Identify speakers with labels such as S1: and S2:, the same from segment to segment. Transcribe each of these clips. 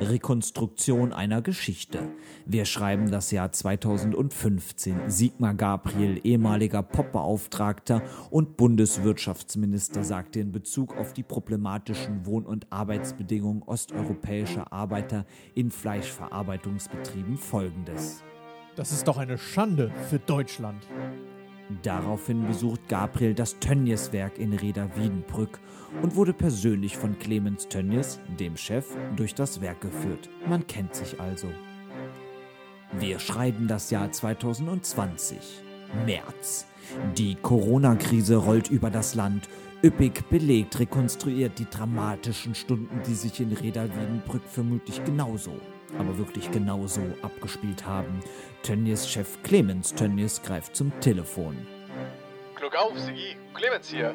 S1: Rekonstruktion einer Geschichte. Wir schreiben das Jahr 2015. Sigmar Gabriel, ehemaliger Popbeauftragter und Bundeswirtschaftsminister, sagte in Bezug auf die problematischen Wohn- und Arbeitsbedingungen osteuropäischer Arbeiter in Fleischverarbeitungsbetrieben Folgendes.
S2: Das ist doch eine Schande für Deutschland.
S1: Daraufhin besucht Gabriel das Tönnies-Werk in Reda-Wiedenbrück und wurde persönlich von Clemens Tönnies, dem Chef, durch das Werk geführt. Man kennt sich also. Wir schreiben das Jahr 2020. März. Die Corona-Krise rollt über das Land. Üppig belegt rekonstruiert die dramatischen Stunden, die sich in Reda-Wiedenbrück vermutlich genauso aber wirklich genauso abgespielt haben. Tönnies Chef Clemens Tönnies greift zum Telefon.
S3: Glück auf, Sigi. Clemens hier.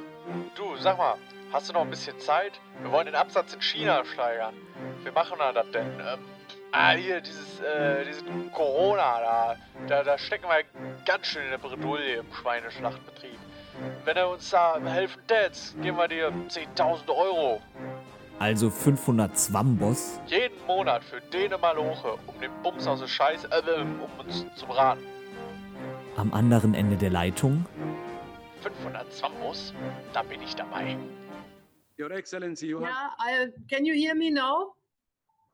S3: Du, sag mal, hast du noch ein bisschen Zeit? Wir wollen den Absatz in China steigern. Wir machen da das denn. Ähm, ah, hier, dieses, äh, dieses Corona da, da. Da stecken wir ganz schön in der Bredouille im Schweineschlachtbetrieb. Wenn er uns da helfen tätst, geben wir dir 10.000 Euro
S1: also 500 Zwambos.
S3: Jeden Monat für Dänemaloche, um den Bums aus der Scheiße, äh, um uns zu braten.
S1: Am anderen Ende der Leitung.
S3: 500 Zwambos, da bin ich dabei.
S4: Your Excellency, you have...
S5: Yeah, I, can you hear me now?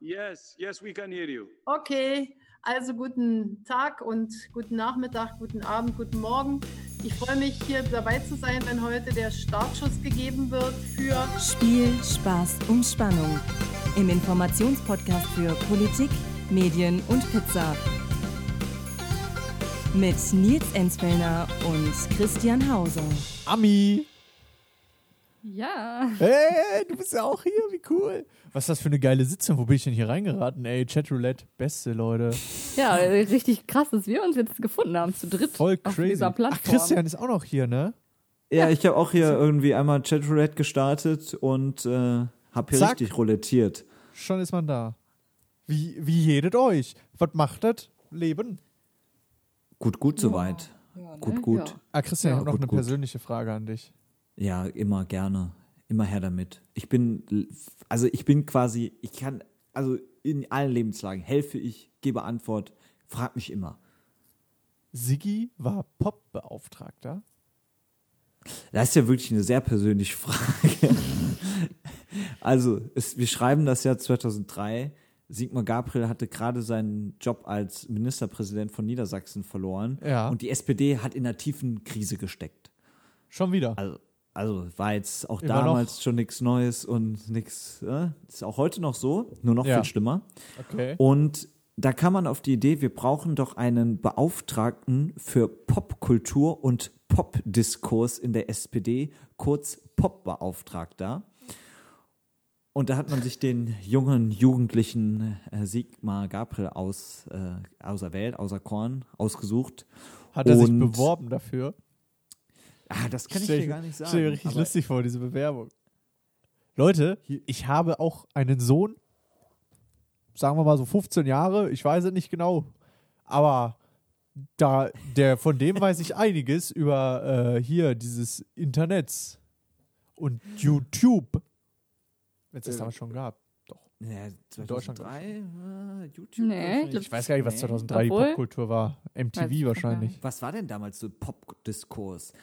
S4: Yes, yes, we can hear you.
S5: Okay, also guten Tag und guten Nachmittag, guten Abend, guten Morgen. Ich freue mich, hier dabei zu sein, wenn heute der Startschuss gegeben wird für
S6: Spiel, Spaß, Umspannung. Im Informationspodcast für Politik, Medien und Pizza. Mit Nils Enzfellner und Christian Hauser.
S2: Ami!
S7: Ja.
S2: Hey, du bist ja auch hier, wie cool. Was ist das für eine geile Sitzung? Wo bin ich denn hier reingeraten? Ey, Chatroulette, beste Leute.
S7: Ja, richtig krass, dass wir uns jetzt gefunden haben, zu dritt
S2: Voll
S7: auf
S2: crazy.
S7: dieser Plattform.
S2: Ach, Christian ist auch noch hier, ne?
S8: Ja, ich habe auch hier irgendwie einmal Chatroulette gestartet und äh, habe hier
S2: Zack.
S8: richtig rouletiert.
S2: Schon ist man da. Wie, wie jedet euch? Was macht das? Leben?
S8: Gut, gut soweit. Gut, gut.
S2: Ah, Christian, ich
S8: Ja,
S2: habe noch
S8: gut,
S2: eine
S8: gut.
S2: persönliche Frage an dich.
S8: Ja. immer gerne. Immer her damit. Ich bin, l- also ich bin quasi, ich kann, also in allen Lebenslagen helfe ich, gebe Antwort, frag mich immer.
S2: Siggi war Popbeauftragter.
S8: Das ist ja wirklich eine sehr persönliche Frage. also, es, wir schreiben das Jahr 2003. Sigmar Gabriel hatte gerade seinen Job als Ministerpräsident von Niedersachsen verloren.
S2: Ja.
S8: Und die SPD hat in einer tiefen Krise gesteckt.
S2: Schon wieder.
S8: Also, also war jetzt auch
S2: Immer noch.
S8: damals schon nichts Neues und nichts. Äh, ist auch heute noch so, nur noch
S2: Ja.
S8: viel schlimmer.
S2: Okay.
S8: Und da kam man auf die Idee, wir brauchen doch einen Beauftragten für Popkultur und Popdiskurs in der SPD, kurz Popbeauftragter. Und da hat man sich den jungen, jugendlichen äh, Sigmar Gabriel aus, äh, auserwählt, außer Korn, ausgesucht.
S2: Hat er sich
S8: und-
S2: beworben dafür?
S8: Ah, das kann ich
S2: Stell
S8: dir gar nicht sagen.
S2: Stell mir richtig
S8: aber-
S2: lustig vor, diese Bewerbung. Leute, ich habe auch einen Sohn, sagen wir mal so 15 Jahre, ich weiß es nicht genau, aber da, der, von dem weiß ich einiges über äh, hier dieses Internets und YouTube. Wenn es das
S8: Äh,
S2: damals schon gab.
S8: Ja,
S2: In Deutschland, glaub
S8: 2003, äh, YouTube.
S7: Nee,
S8: glaub
S7: ich glaub-
S2: Ich weiß gar nicht, was
S8: Nee.
S2: 2003
S7: Obwohl-
S2: die Popkultur war.
S7: Weiß ich
S2: MTV
S7: gar
S2: wahrscheinlich.
S8: Was war denn damals so Popdiskurs?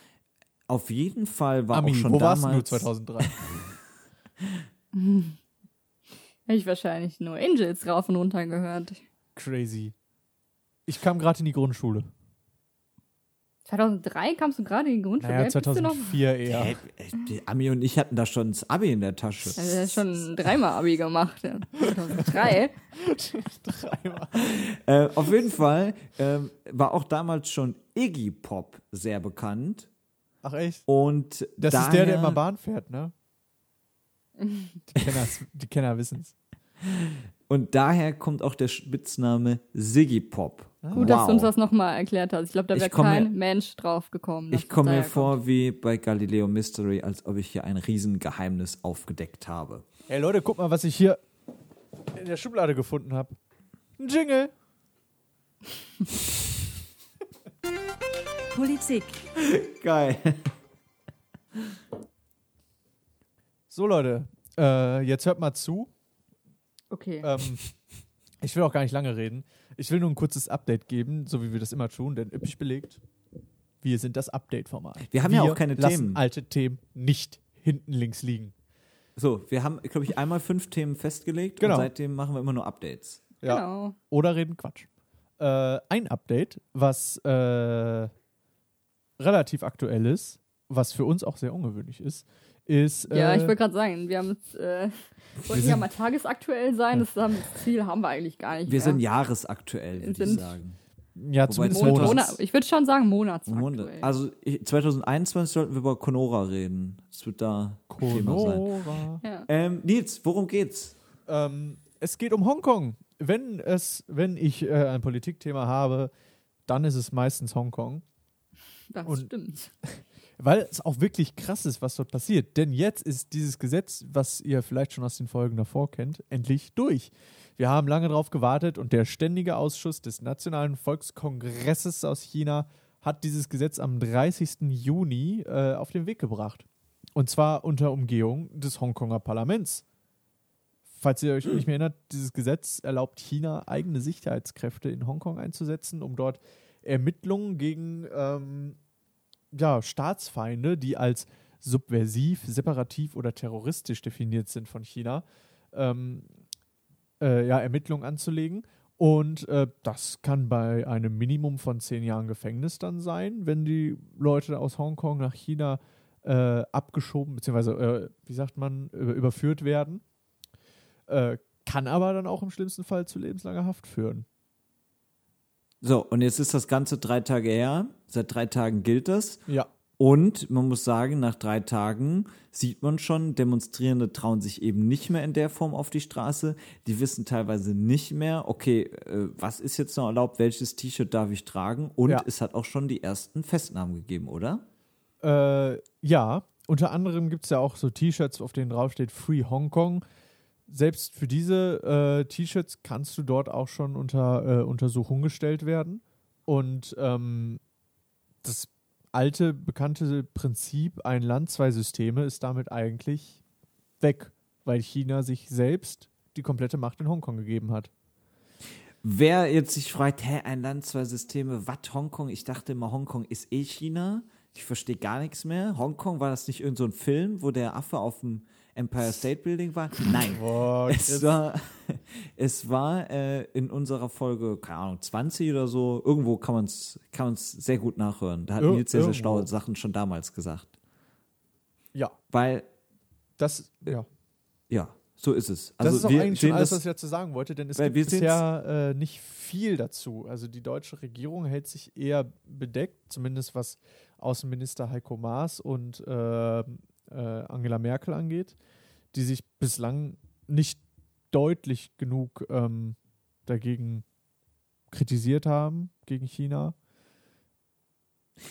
S8: Auf jeden Fall war
S2: Ami,
S8: auch schon
S2: wo warst
S8: damals.
S2: du 2003?
S7: Hätte ich wahrscheinlich nur Angels rauf und runter gehört.
S2: Crazy. Ich kam gerade in die Grundschule.
S7: 2003 kamst du gerade in die Grundschule.
S2: Naja,
S7: Wie alt bist du noch?
S2: 2004 eher.
S8: Hä, äh, die Ami und ich hatten da schon das Abi in der Tasche.
S7: Also, er hat schon dreimal Abi gemacht. ja. 2003.
S8: Äh, auf jeden Fall ähm, war auch damals schon Iggy Pop sehr bekannt.
S2: Ach echt?
S8: Und
S2: Das
S8: daher,
S2: ist der, der immer Bahn fährt, ne? Die, Kenners, die Kenner wissen es.
S8: Und daher kommt auch der Spitzname Siggy Pop.
S7: Gut, dass du uns das nochmal erklärt hast. Ich glaube, da
S8: Ich
S7: wäre
S8: komm
S7: kein
S8: mir-
S7: Mensch drauf gekommen. dass
S8: Ich komme
S7: es
S8: mir
S7: daher
S8: vor wie bei Galileo Mystery, als ob ich hier ein Riesengeheimnis aufgedeckt habe.
S2: Ey Leute, guck mal, was ich hier in der Schublade gefunden habe. Ein Jingle.
S6: Politik,
S8: Geil.
S2: So Leute, äh, jetzt hört mal zu.
S7: Okay.
S2: Ähm, ich will auch gar nicht lange reden. Ich will nur ein kurzes Update geben, so wie wir das immer tun, denn üppig belegt. Wir sind das Update-Format.
S8: Wir haben ja auch keine
S2: lassen
S8: Themen.
S2: alte Themen nicht hinten links liegen.
S8: So, wir haben, glaube ich, einmal fünf Themen festgelegt
S2: Genau.
S8: und seitdem machen wir immer nur Updates.
S2: Ja.
S7: Genau.
S2: Oder reden Quatsch. Äh, ein Update, was äh, relativ aktuell ist, was für uns auch sehr ungewöhnlich ist, ist.
S7: Ja,
S2: äh,
S7: ich wollte gerade sagen, wir haben jetzt, äh, wollten ja mal tagesaktuell sein, das, haben, das Ziel haben wir eigentlich gar nicht.
S8: Wir
S7: ja.
S8: sind jahresaktuell, würde ich
S7: Sind-
S8: sagen.
S2: ja, zumindest
S8: Monat-
S7: Monat,
S2: Monats.
S7: Monat, ich würde schon sagen monatsaktuell.
S8: Monate. Also ich, 2021 sollten wir über Conora reden. Das wird da Thema sein.
S2: Konora.
S7: ja.
S8: Ähm, Nils, worum geht's?
S2: Ähm, es geht um Hongkong. Wenn, es, wenn ich äh, ein Politikthema habe, dann ist es meistens Hongkong.
S7: Das
S2: Und-
S7: stimmt.
S2: Weil es auch wirklich krass ist, was dort passiert. Denn jetzt ist dieses Gesetz, was ihr vielleicht schon aus den Folgen davor kennt, endlich durch. Wir haben lange darauf gewartet und der Ständige Ausschuss des Nationalen Volkskongresses aus China hat dieses Gesetz am 30. Juni äh, auf den Weg gebracht. Und zwar unter Umgehung des Hongkonger Parlaments. Falls ihr euch nicht mehr erinnert, dieses Gesetz erlaubt China, eigene Sicherheitskräfte in Hongkong einzusetzen, um dort Ermittlungen gegen ähm, ja, Staatsfeinde, die als subversiv, separativ oder terroristisch definiert sind von China, ähm, äh, ja, Ermittlungen anzulegen. Und äh, das kann bei einem Minimum von zehn Jahren Gefängnis dann sein, wenn die Leute aus Hongkong nach China äh, abgeschoben, beziehungsweise, äh, wie sagt man, über- überführt werden. Äh, kann aber dann auch im schlimmsten Fall zu lebenslanger Haft führen.
S8: So, und jetzt ist das Ganze drei Tage her. Seit drei Tagen gilt das.
S2: Ja.
S8: Und man muss sagen, nach drei Tagen sieht man schon, Demonstrierende trauen sich eben nicht mehr in der Form auf die Straße. Die wissen teilweise nicht mehr, okay, äh, was ist jetzt noch erlaubt, welches T-Shirt darf ich tragen? Und
S2: Ja.
S8: es hat auch schon die ersten Festnahmen gegeben, oder?
S2: Äh, ja, unter anderem gibt es ja auch so T-Shirts, auf denen draufsteht Free Hong Kong. Selbst für diese äh, T-Shirts kannst du dort auch schon unter äh, Untersuchung gestellt werden. Und ähm, das alte, bekannte Prinzip, ein Land, zwei Systeme, ist damit eigentlich weg, weil China sich selbst die komplette Macht in Hongkong gegeben hat.
S8: Wer jetzt sich fragt, hä, ein Land, zwei Systeme, was Hongkong? Ich dachte immer, Hongkong ist eh China. Ich verstehe gar nichts mehr. Hongkong, war das nicht irgendein so ein Film, wo der Affe auf dem Empire State Building war? Nein. es war, es war äh, in unserer Folge, keine Ahnung, 20 oder so, irgendwo kann man es kann man's sehr gut nachhören. Da hat
S2: Ir-
S8: Nils sehr, sehr
S2: irgendwo.
S8: schlaue Sachen schon damals gesagt.
S2: Ja,
S8: Weil,
S2: das, ja.
S8: ja, so ist es.
S2: Das
S8: Also
S2: ist auch
S8: wir
S2: eigentlich
S8: sehen
S2: schon alles,
S8: das-
S2: was ich dazu sagen wollte, denn es
S8: Weil
S2: gibt
S8: wir sehen's-
S2: bisher äh, nicht viel dazu. Also die deutsche Regierung hält sich eher bedeckt, zumindest was Außenminister Heiko Maas und äh, äh, Angela Merkel angeht, die sich bislang nicht deutlich genug ähm, dagegen kritisiert haben, gegen China.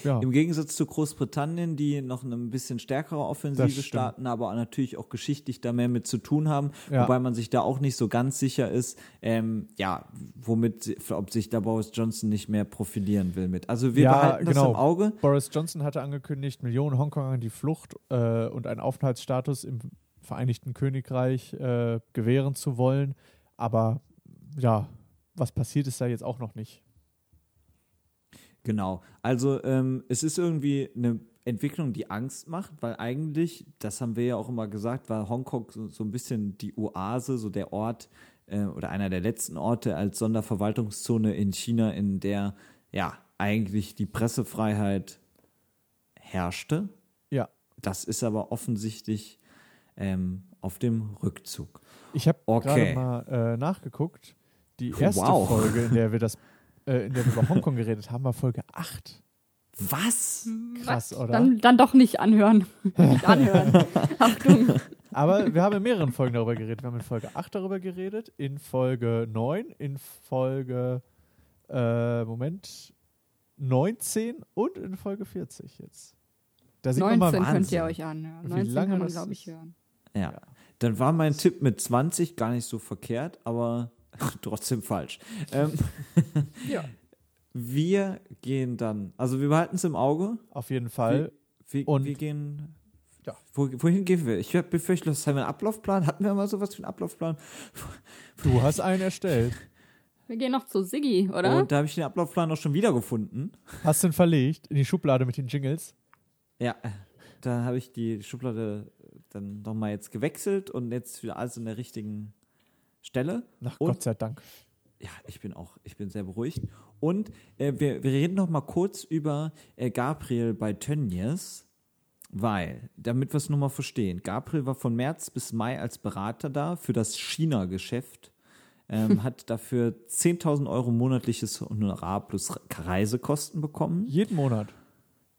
S2: Ja,
S8: Im Gegensatz zu Großbritannien, die noch eine ein bisschen stärkere
S2: Das
S8: Offensive
S2: stimmt.
S8: starten, aber natürlich auch geschichtlich da mehr mit zu tun haben,
S2: Ja.
S8: wobei man sich da auch nicht so ganz sicher ist, ähm, ja, womit, sie- ob sich da Boris Johnson nicht mehr profilieren will mit. Also wir
S2: Ja,
S8: behalten das
S2: genau.
S8: im Auge.
S2: Boris Johnson hatte angekündigt, Millionen Hongkonger die Flucht äh, und einen Aufenthaltsstatus im Vereinigten Königreich äh, gewähren zu wollen. Aber ja, was passiert ist da jetzt auch noch nicht.
S8: Genau. Also ähm, es ist irgendwie eine Entwicklung, die Angst macht, weil eigentlich, das haben wir ja auch immer gesagt, war Hongkong so, so ein bisschen die Oase, so der Ort äh, oder einer der letzten Orte als Sonderverwaltungszone in China, in der ja eigentlich die Pressefreiheit herrschte.
S2: Ja,
S8: Das ist aber offensichtlich ähm, auf dem Rückzug.
S2: ich habe
S8: Okay.
S2: gerade mal äh, nachgeguckt. Die erste
S8: Wow.
S2: Folge, in der wir das, äh, in der wir über Hongkong geredet haben, war Folge 8.
S8: Was?
S2: Krass, oder?
S7: Dann, dann doch nicht anhören. nicht anhören. Achtung.
S2: Aber wir haben in mehreren Folgen darüber geredet. Wir haben in Folge 8 darüber geredet, in Folge 9, in Folge, äh, Moment, 19 und in Folge 40 jetzt. Da sieht man
S7: 19
S2: mal,
S7: könnt ihr
S8: Wahnsinn.
S7: euch anhören.
S2: Wie
S7: 19
S2: lange
S7: kann man,
S2: das
S7: glaube ich,
S2: ist.
S7: hören.
S8: Ja. Dann war mein Tipp mit 20 gar nicht so verkehrt, aber trotzdem falsch. Ähm,
S7: Ja.
S8: Wir gehen dann, also wir behalten es im Auge.
S2: auf jeden Fall.
S8: Wir,
S2: Und-
S8: wir gehen
S2: Ja.
S8: Wo, wohin gehen wir? Ich befürchte, das haben wir einen Ablaufplan. Hatten wir mal sowas für einen Ablaufplan?
S2: Du hast einen erstellt.
S7: Wir gehen noch zu Siggi, oder?
S8: Und da habe ich den Ablaufplan auch schon wieder gefunden.
S2: Hast den verlegt in die Schublade mit den Jingles.
S8: Ja, da habe ich die Schublade dann nochmal jetzt gewechselt und jetzt wieder alles in der richtigen Stelle.
S2: Ach,
S8: und
S2: Gott sei Dank.
S8: ja, ich bin auch, ich bin sehr beruhigt. Und äh, wir, wir reden noch mal kurz über äh, Gabriel bei Tönnies, weil, damit wir es nochmal verstehen, Gabriel war von März bis Mai als Berater da für das China-Geschäft, ähm, hat dafür 10.000 Euro monatliches Honorar plus Re- Reisekosten bekommen.
S2: Jeden Monat.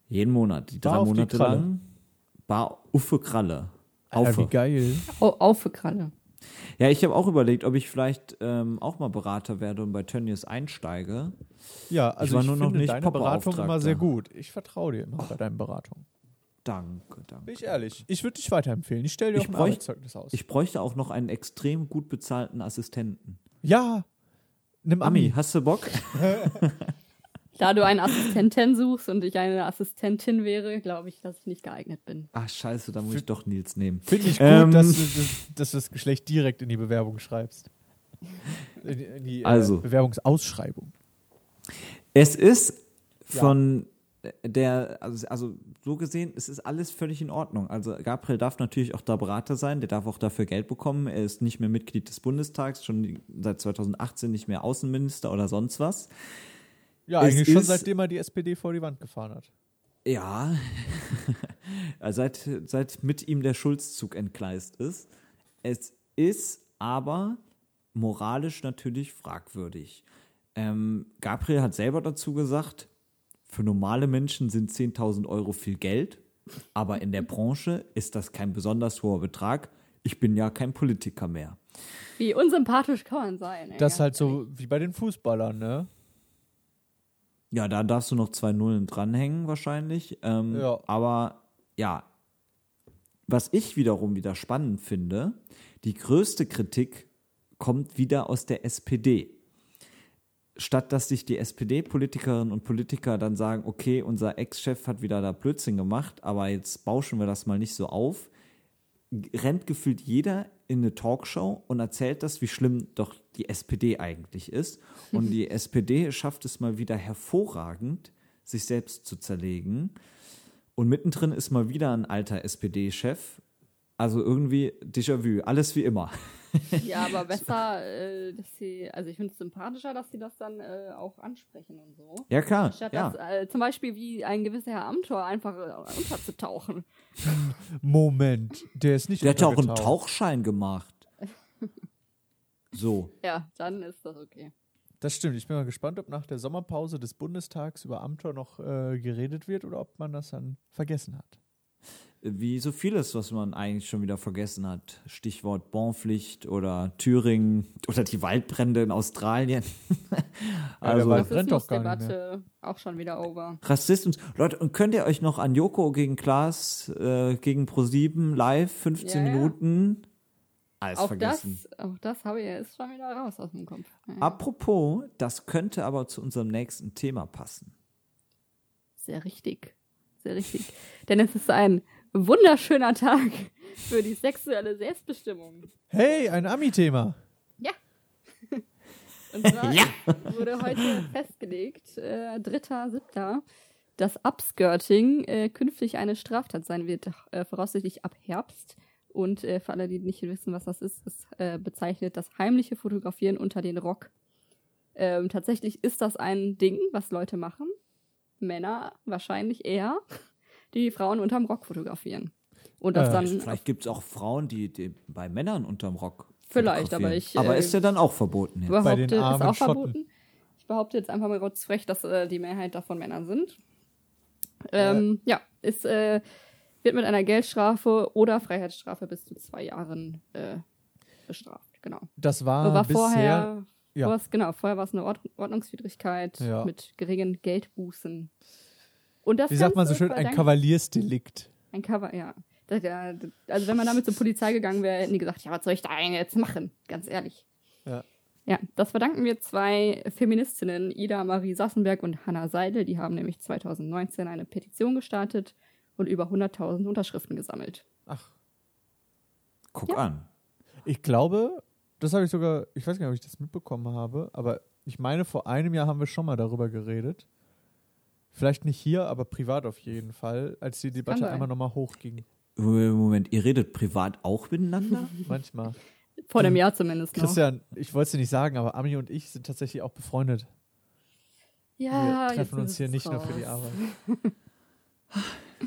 S8: Jeden Monat, die
S2: Bar
S8: drei
S2: auf die
S8: Monate
S2: Kralle.
S8: lang. Bar Uffe Kralle.
S2: Alter,
S8: Aufe.
S2: wie geil.
S7: Oh, auf für Kralle.
S8: Ja, ich habe auch überlegt, ob ich vielleicht ähm, auch mal Berater werde und bei Tönnies einsteige.
S2: Ja, also ich,
S8: war nur noch
S2: finde
S8: nicht
S2: deine Beratung immer
S8: Pop-Beauftragter.
S2: sehr gut. Ich vertraue dir immer bei deinen Beratungen.
S8: Danke, danke.
S2: Bin ich ehrlich. Ich würde dich weiterempfehlen. Ich stelle dir
S8: Ich
S2: auch ein
S8: bräuch-
S2: Arbeitszeugnis aus.
S8: Ich bräuchte auch noch einen extrem gut bezahlten Assistenten.
S2: ja. Nimm
S8: Ami,
S2: Ami.
S8: hast du Bock?
S7: Da du eine Assistentin suchst und ich eine Assistentin wäre, glaube ich, dass ich nicht geeignet bin.
S8: Ach, Ah, scheiße, da muss ich doch Nils nehmen.
S2: Finde ich gut,
S8: Ähm.
S2: dass, du das, dass du das Geschlecht direkt in die Bewerbung schreibst. In die, in die
S8: Also.
S2: äh, Bewerbungsausschreibung.
S8: Es ist
S2: Ja.
S8: von der, also, also so gesehen, es ist alles völlig in Ordnung. Also Gabriel darf natürlich auch da Berater sein, der darf auch dafür Geld bekommen. Er ist nicht mehr Mitglied des Bundestags, schon seit 2018 nicht mehr Außenminister oder sonst was.
S2: Ja,
S8: Es
S2: eigentlich schon
S8: ist-
S2: seitdem er die SPD vor die Wand gefahren hat.
S8: Ja, Also seit, seit mit ihm der Schulzzug entgleist ist. Es ist aber moralisch natürlich fragwürdig. Ähm, Gabriel hat selber dazu gesagt, für normale Menschen sind 10.000 Euro viel Geld, aber in der Branche ist das kein besonders hoher Betrag. Ich bin ja kein Politiker mehr.
S7: Wie unsympathisch kann man sein? Ey,
S2: Das ist
S7: ganz
S2: halt so wie bei den Fußballern, ne?
S8: Ja, da darfst du noch zwei Nullen dranhängen wahrscheinlich. Ähm,
S2: Ja.
S8: Aber ja, was ich wiederum wieder spannend finde, die größte Kritik kommt wieder aus der SPD. Statt dass sich die SPD-Politikerinnen und Politiker dann sagen, okay, unser Ex-Chef hat wieder da Blödsinn gemacht, aber jetzt bauschen wir das mal nicht so auf, rennt gefühlt jeder in eine Talkshow und erzählt das, wie schlimm doch die SPD eigentlich ist. Und die SPD schafft es mal wieder hervorragend, sich selbst zu zerlegen. Und mittendrin ist mal wieder ein alter SPD-Chef. Also irgendwie Déjà-vu, alles wie immer.
S7: ehrlich. Ja, aber besser, äh, dass sie, also ich finde es sympathischer, dass sie das dann äh, auch ansprechen und so.
S8: Ja, klar.
S7: Statt
S8: ja.
S7: das äh, zum Beispiel wie ein gewisser Herr Amthor einfach äh, unterzutauchen.
S2: Moment, der ist nicht
S8: Der hat ja auch einen
S2: untergetaucht.
S8: Tauchschein gemacht. So.
S7: Ja, dann ist das okay.
S2: Das stimmt. Ich bin mal gespannt, ob nach der Sommerpause des Bundestags über Amthor noch äh, geredet wird oder ob man das dann vergessen hat.
S8: wie so vieles, was man eigentlich schon wieder vergessen hat. Stichwort Bonpflicht oder Thüringen oder die Waldbrände in Australien. also
S2: Wald- brennt doch gar nicht
S7: Rassismusdebatte auch schon wieder over.
S8: Rassismus. Leute, und könnt ihr euch noch an Joko gegen Klaas, äh, gegen ProSieben live 15
S7: Ja, ja.
S8: Minuten alles
S7: Auch
S8: vergessen?
S7: das, Mhm. auch das habe ich, ist schon wieder raus aus dem Kopf. Ja,
S8: Apropos, das könnte aber zu unserem nächsten Thema passen.
S7: Sehr richtig. Sehr richtig. Denn es ist ein wunderschöner Tag für die sexuelle Selbstbestimmung.
S2: Hey, ein Ami-Thema.
S7: Und zwar wurde heute festgelegt, äh, 3.7., dass Upskirting äh, künftig eine Straftat sein wird, äh, voraussichtlich ab Herbst. Und äh, für alle, die nicht wissen, was das ist, es äh, bezeichnet das heimliche Fotografieren unter den Rock. Ähm, tatsächlich ist das ein Ding, was Leute machen. Männer wahrscheinlich eher, die Frauen unterm Rock fotografieren. Und das
S2: Äh,
S7: dann
S8: Vielleicht gibt es auch Frauen, die, die bei Männern unterm Rock.
S7: Vielleicht,
S8: fotografieren.
S7: aber ich,
S8: Aber
S7: äh,
S8: ist der dann auch verboten? Jetzt?
S2: Bei den
S7: behaupte, ist
S2: armen
S7: auch
S2: Schotten.
S7: verboten. Ich behaupte jetzt einfach mal kurz frech, dass äh, die Mehrheit davon Männer sind. Ähm, ja, es äh, wird mit einer Geldstrafe oder Freiheitsstrafe bis zu zwei Jahren äh, bestraft. Genau.
S2: Das war,
S7: war
S2: Ah, bisher.
S7: vorher,
S2: ja.
S7: war's- genau, vorher war es eine Ord Ordnungswidrigkeit
S2: Ja.
S7: mit geringen Geldbußen. Und das
S2: wie sagt man so
S7: Ganze
S2: schön, ein
S7: verdankt-
S2: Kavaliersdelikt.
S7: Ein Cover, ja. Da- da- Also wenn man damit zur Polizei gegangen wäre, hätten die gesagt, ja, was soll ich da eigentlich jetzt machen? Ganz ehrlich.
S2: Ja.
S7: Ja, das verdanken wir zwei Feministinnen, Ida Marie Sassenberg und Hanna Seidel. Die haben nämlich 2019 eine Petition gestartet und über 100.000 Unterschriften gesammelt.
S8: Guck an.
S2: Ich glaube, das habe ich sogar, ich weiß gar nicht, ob ich das mitbekommen habe, aber ich meine, vor einem Jahr haben wir schon mal darüber geredet. Vielleicht nicht hier, aber privat auf jeden Fall, als die Debatte
S7: sein.
S2: einmal nochmal hochging.
S8: Moment, ihr redet privat auch miteinander?
S7: Genau.
S2: Manchmal.
S7: Vor dem Jahr zumindest noch.
S2: Ähm, Christian, ich wollte es dir nicht sagen, aber Ami und ich sind tatsächlich auch befreundet.
S7: ja,
S2: wir
S7: jetzt
S2: treffen uns
S7: ist
S2: hier
S7: es
S2: nicht nur für die
S7: raus.
S2: Arbeit.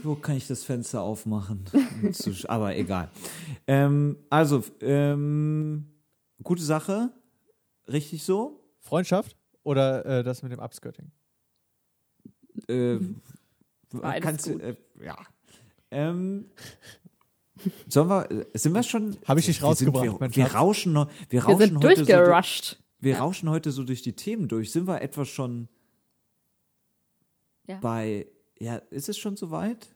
S8: Wo kann ich das Fenster aufmachen? Zu sch- Aber egal. Ähm, also, f- ähm, gute Sache. Richtig so.
S2: Freundschaft oder äh, das mit dem Upskirting?
S8: Äh,
S7: Beides
S8: kannst du,
S7: gut.
S8: äh, ja. Ähm, sollen wir, äh, sind wir schon?
S2: Hab ich dich
S8: wir sind-
S2: rausgebracht, mein
S8: Wir, wir
S2: Schatz.
S8: rauschen, noch- wir
S7: Wir
S8: rauschen
S7: sind
S8: heute so durch,
S7: durchgerusht.
S8: wir rauschen heute so durch die Themen durch. Sind wir etwa schon
S7: Ja.
S8: bei, ja, ist es schon soweit?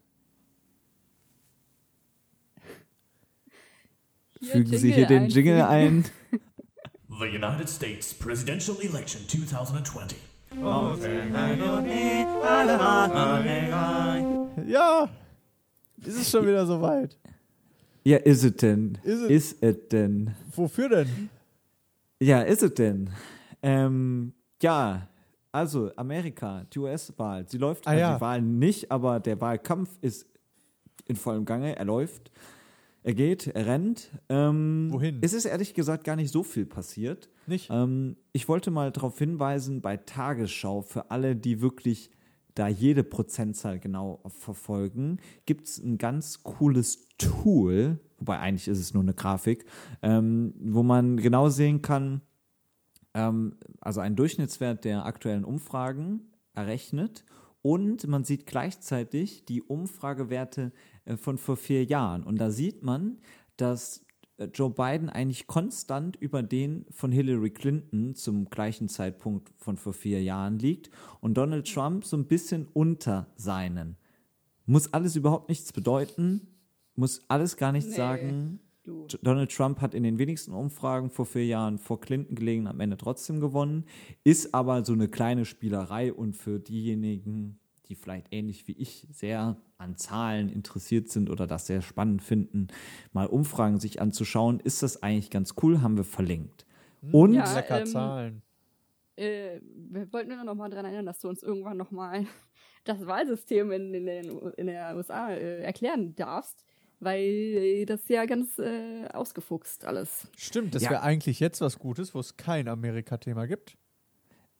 S8: Fügen Sie hier den Jingle ein.
S9: The United States presidential election 2020.
S2: Ja, ist es schon wieder soweit.
S8: Ja, ist es denn?
S2: Is it-
S8: Ist es denn?
S2: Wofür denn?
S8: Ja, ist es denn? Ähm, ja, also Amerika, die US-Wahl, sie läuft,
S2: Ah,
S8: also
S2: ja.
S8: die Wahl nicht, aber der Wahlkampf ist in vollem Gange, er läuft, er geht, er rennt. Ähm,
S2: Wohin?
S8: Es ist ehrlich gesagt gar nicht so viel passiert.
S2: Nicht?
S8: Ähm, ich wollte mal darauf hinweisen, bei Tagesschau, für alle, die wirklich da jede Prozentzahl genau verfolgen, gibt es ein ganz cooles Tool, wobei eigentlich ist es nur eine Grafik, ähm, wo man genau sehen kann, ähm, also einen Durchschnittswert der aktuellen Umfragen errechnet und man sieht gleichzeitig die Umfragewerte äh, von vor vier Jahren. Und da sieht man, dass äh, Joe Biden eigentlich konstant über den von Hillary Clinton zum gleichen Zeitpunkt von vor vier Jahren liegt und Donald Trump so ein bisschen unter seinen. Muss alles überhaupt nichts bedeuten, muss alles gar nichts
S7: Nee.
S8: sagen. Donald Trump hat in den wenigsten Umfragen vor vier Jahren vor Clinton gelegen, am Ende trotzdem gewonnen, ist aber so eine kleine Spielerei und für diejenigen, die vielleicht ähnlich wie ich sehr an Zahlen interessiert sind oder das sehr spannend finden, mal Umfragen sich anzuschauen, ist das eigentlich ganz cool, haben wir verlinkt. Und
S7: Ja,
S2: Lecker
S7: ähm,
S2: Zahlen.
S7: Äh, wir wollten nur noch mal daran erinnern, dass du uns irgendwann noch mal das Wahlsystem in, in, den, in der USA äh, erklären darfst, weil das ja ganz äh, ausgefuchst alles.
S2: Stimmt, das
S8: Ja.
S2: wäre eigentlich jetzt was Gutes, wo es kein Amerika-Thema gibt.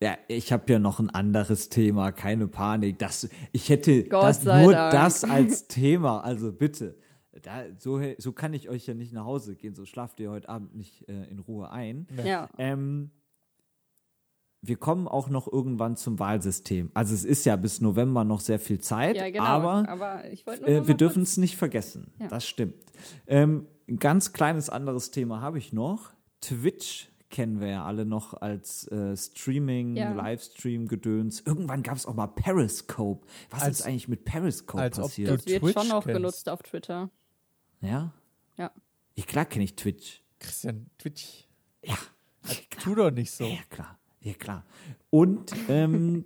S8: ja, ich habe ja noch ein anderes Thema, keine Panik. Das, ich hätte
S7: Gott
S8: das,
S7: sei
S8: nur
S7: Dank.
S8: das als Thema, also bitte. Da, so, so kann ich euch ja nicht nach Hause gehen, so schlaft ihr heute Abend nicht äh, in Ruhe ein.
S7: Ja.
S8: Ähm, wir kommen auch noch irgendwann zum Wahlsystem. Also es ist ja bis November noch sehr viel Zeit,
S7: Ja, genau.
S8: aber,
S7: ich wollte nur
S8: äh,
S7: noch
S8: wir
S7: mal
S8: dürfen es nicht vergessen.
S7: Ja.
S8: Das stimmt. Ähm, ein ganz kleines anderes Thema habe ich noch. Twitch kennen wir ja alle noch als äh, Streaming,
S7: Ja.
S8: Livestream-Gedöns. Irgendwann gab es auch mal Periscope. Was
S2: Als-
S8: ist eigentlich mit Periscope
S2: als ob
S8: passiert?
S7: kurz, das wird
S2: Twitch
S7: schon noch
S2: kennst.
S7: genutzt auf Twitter.
S8: Ja?
S7: Ja.
S8: Ich, klar kenne ich Twitch.
S2: Christian, Twitch,
S8: Ja.
S2: tu doch nicht so.
S8: Ja, klar. Ja, klar. Und ähm,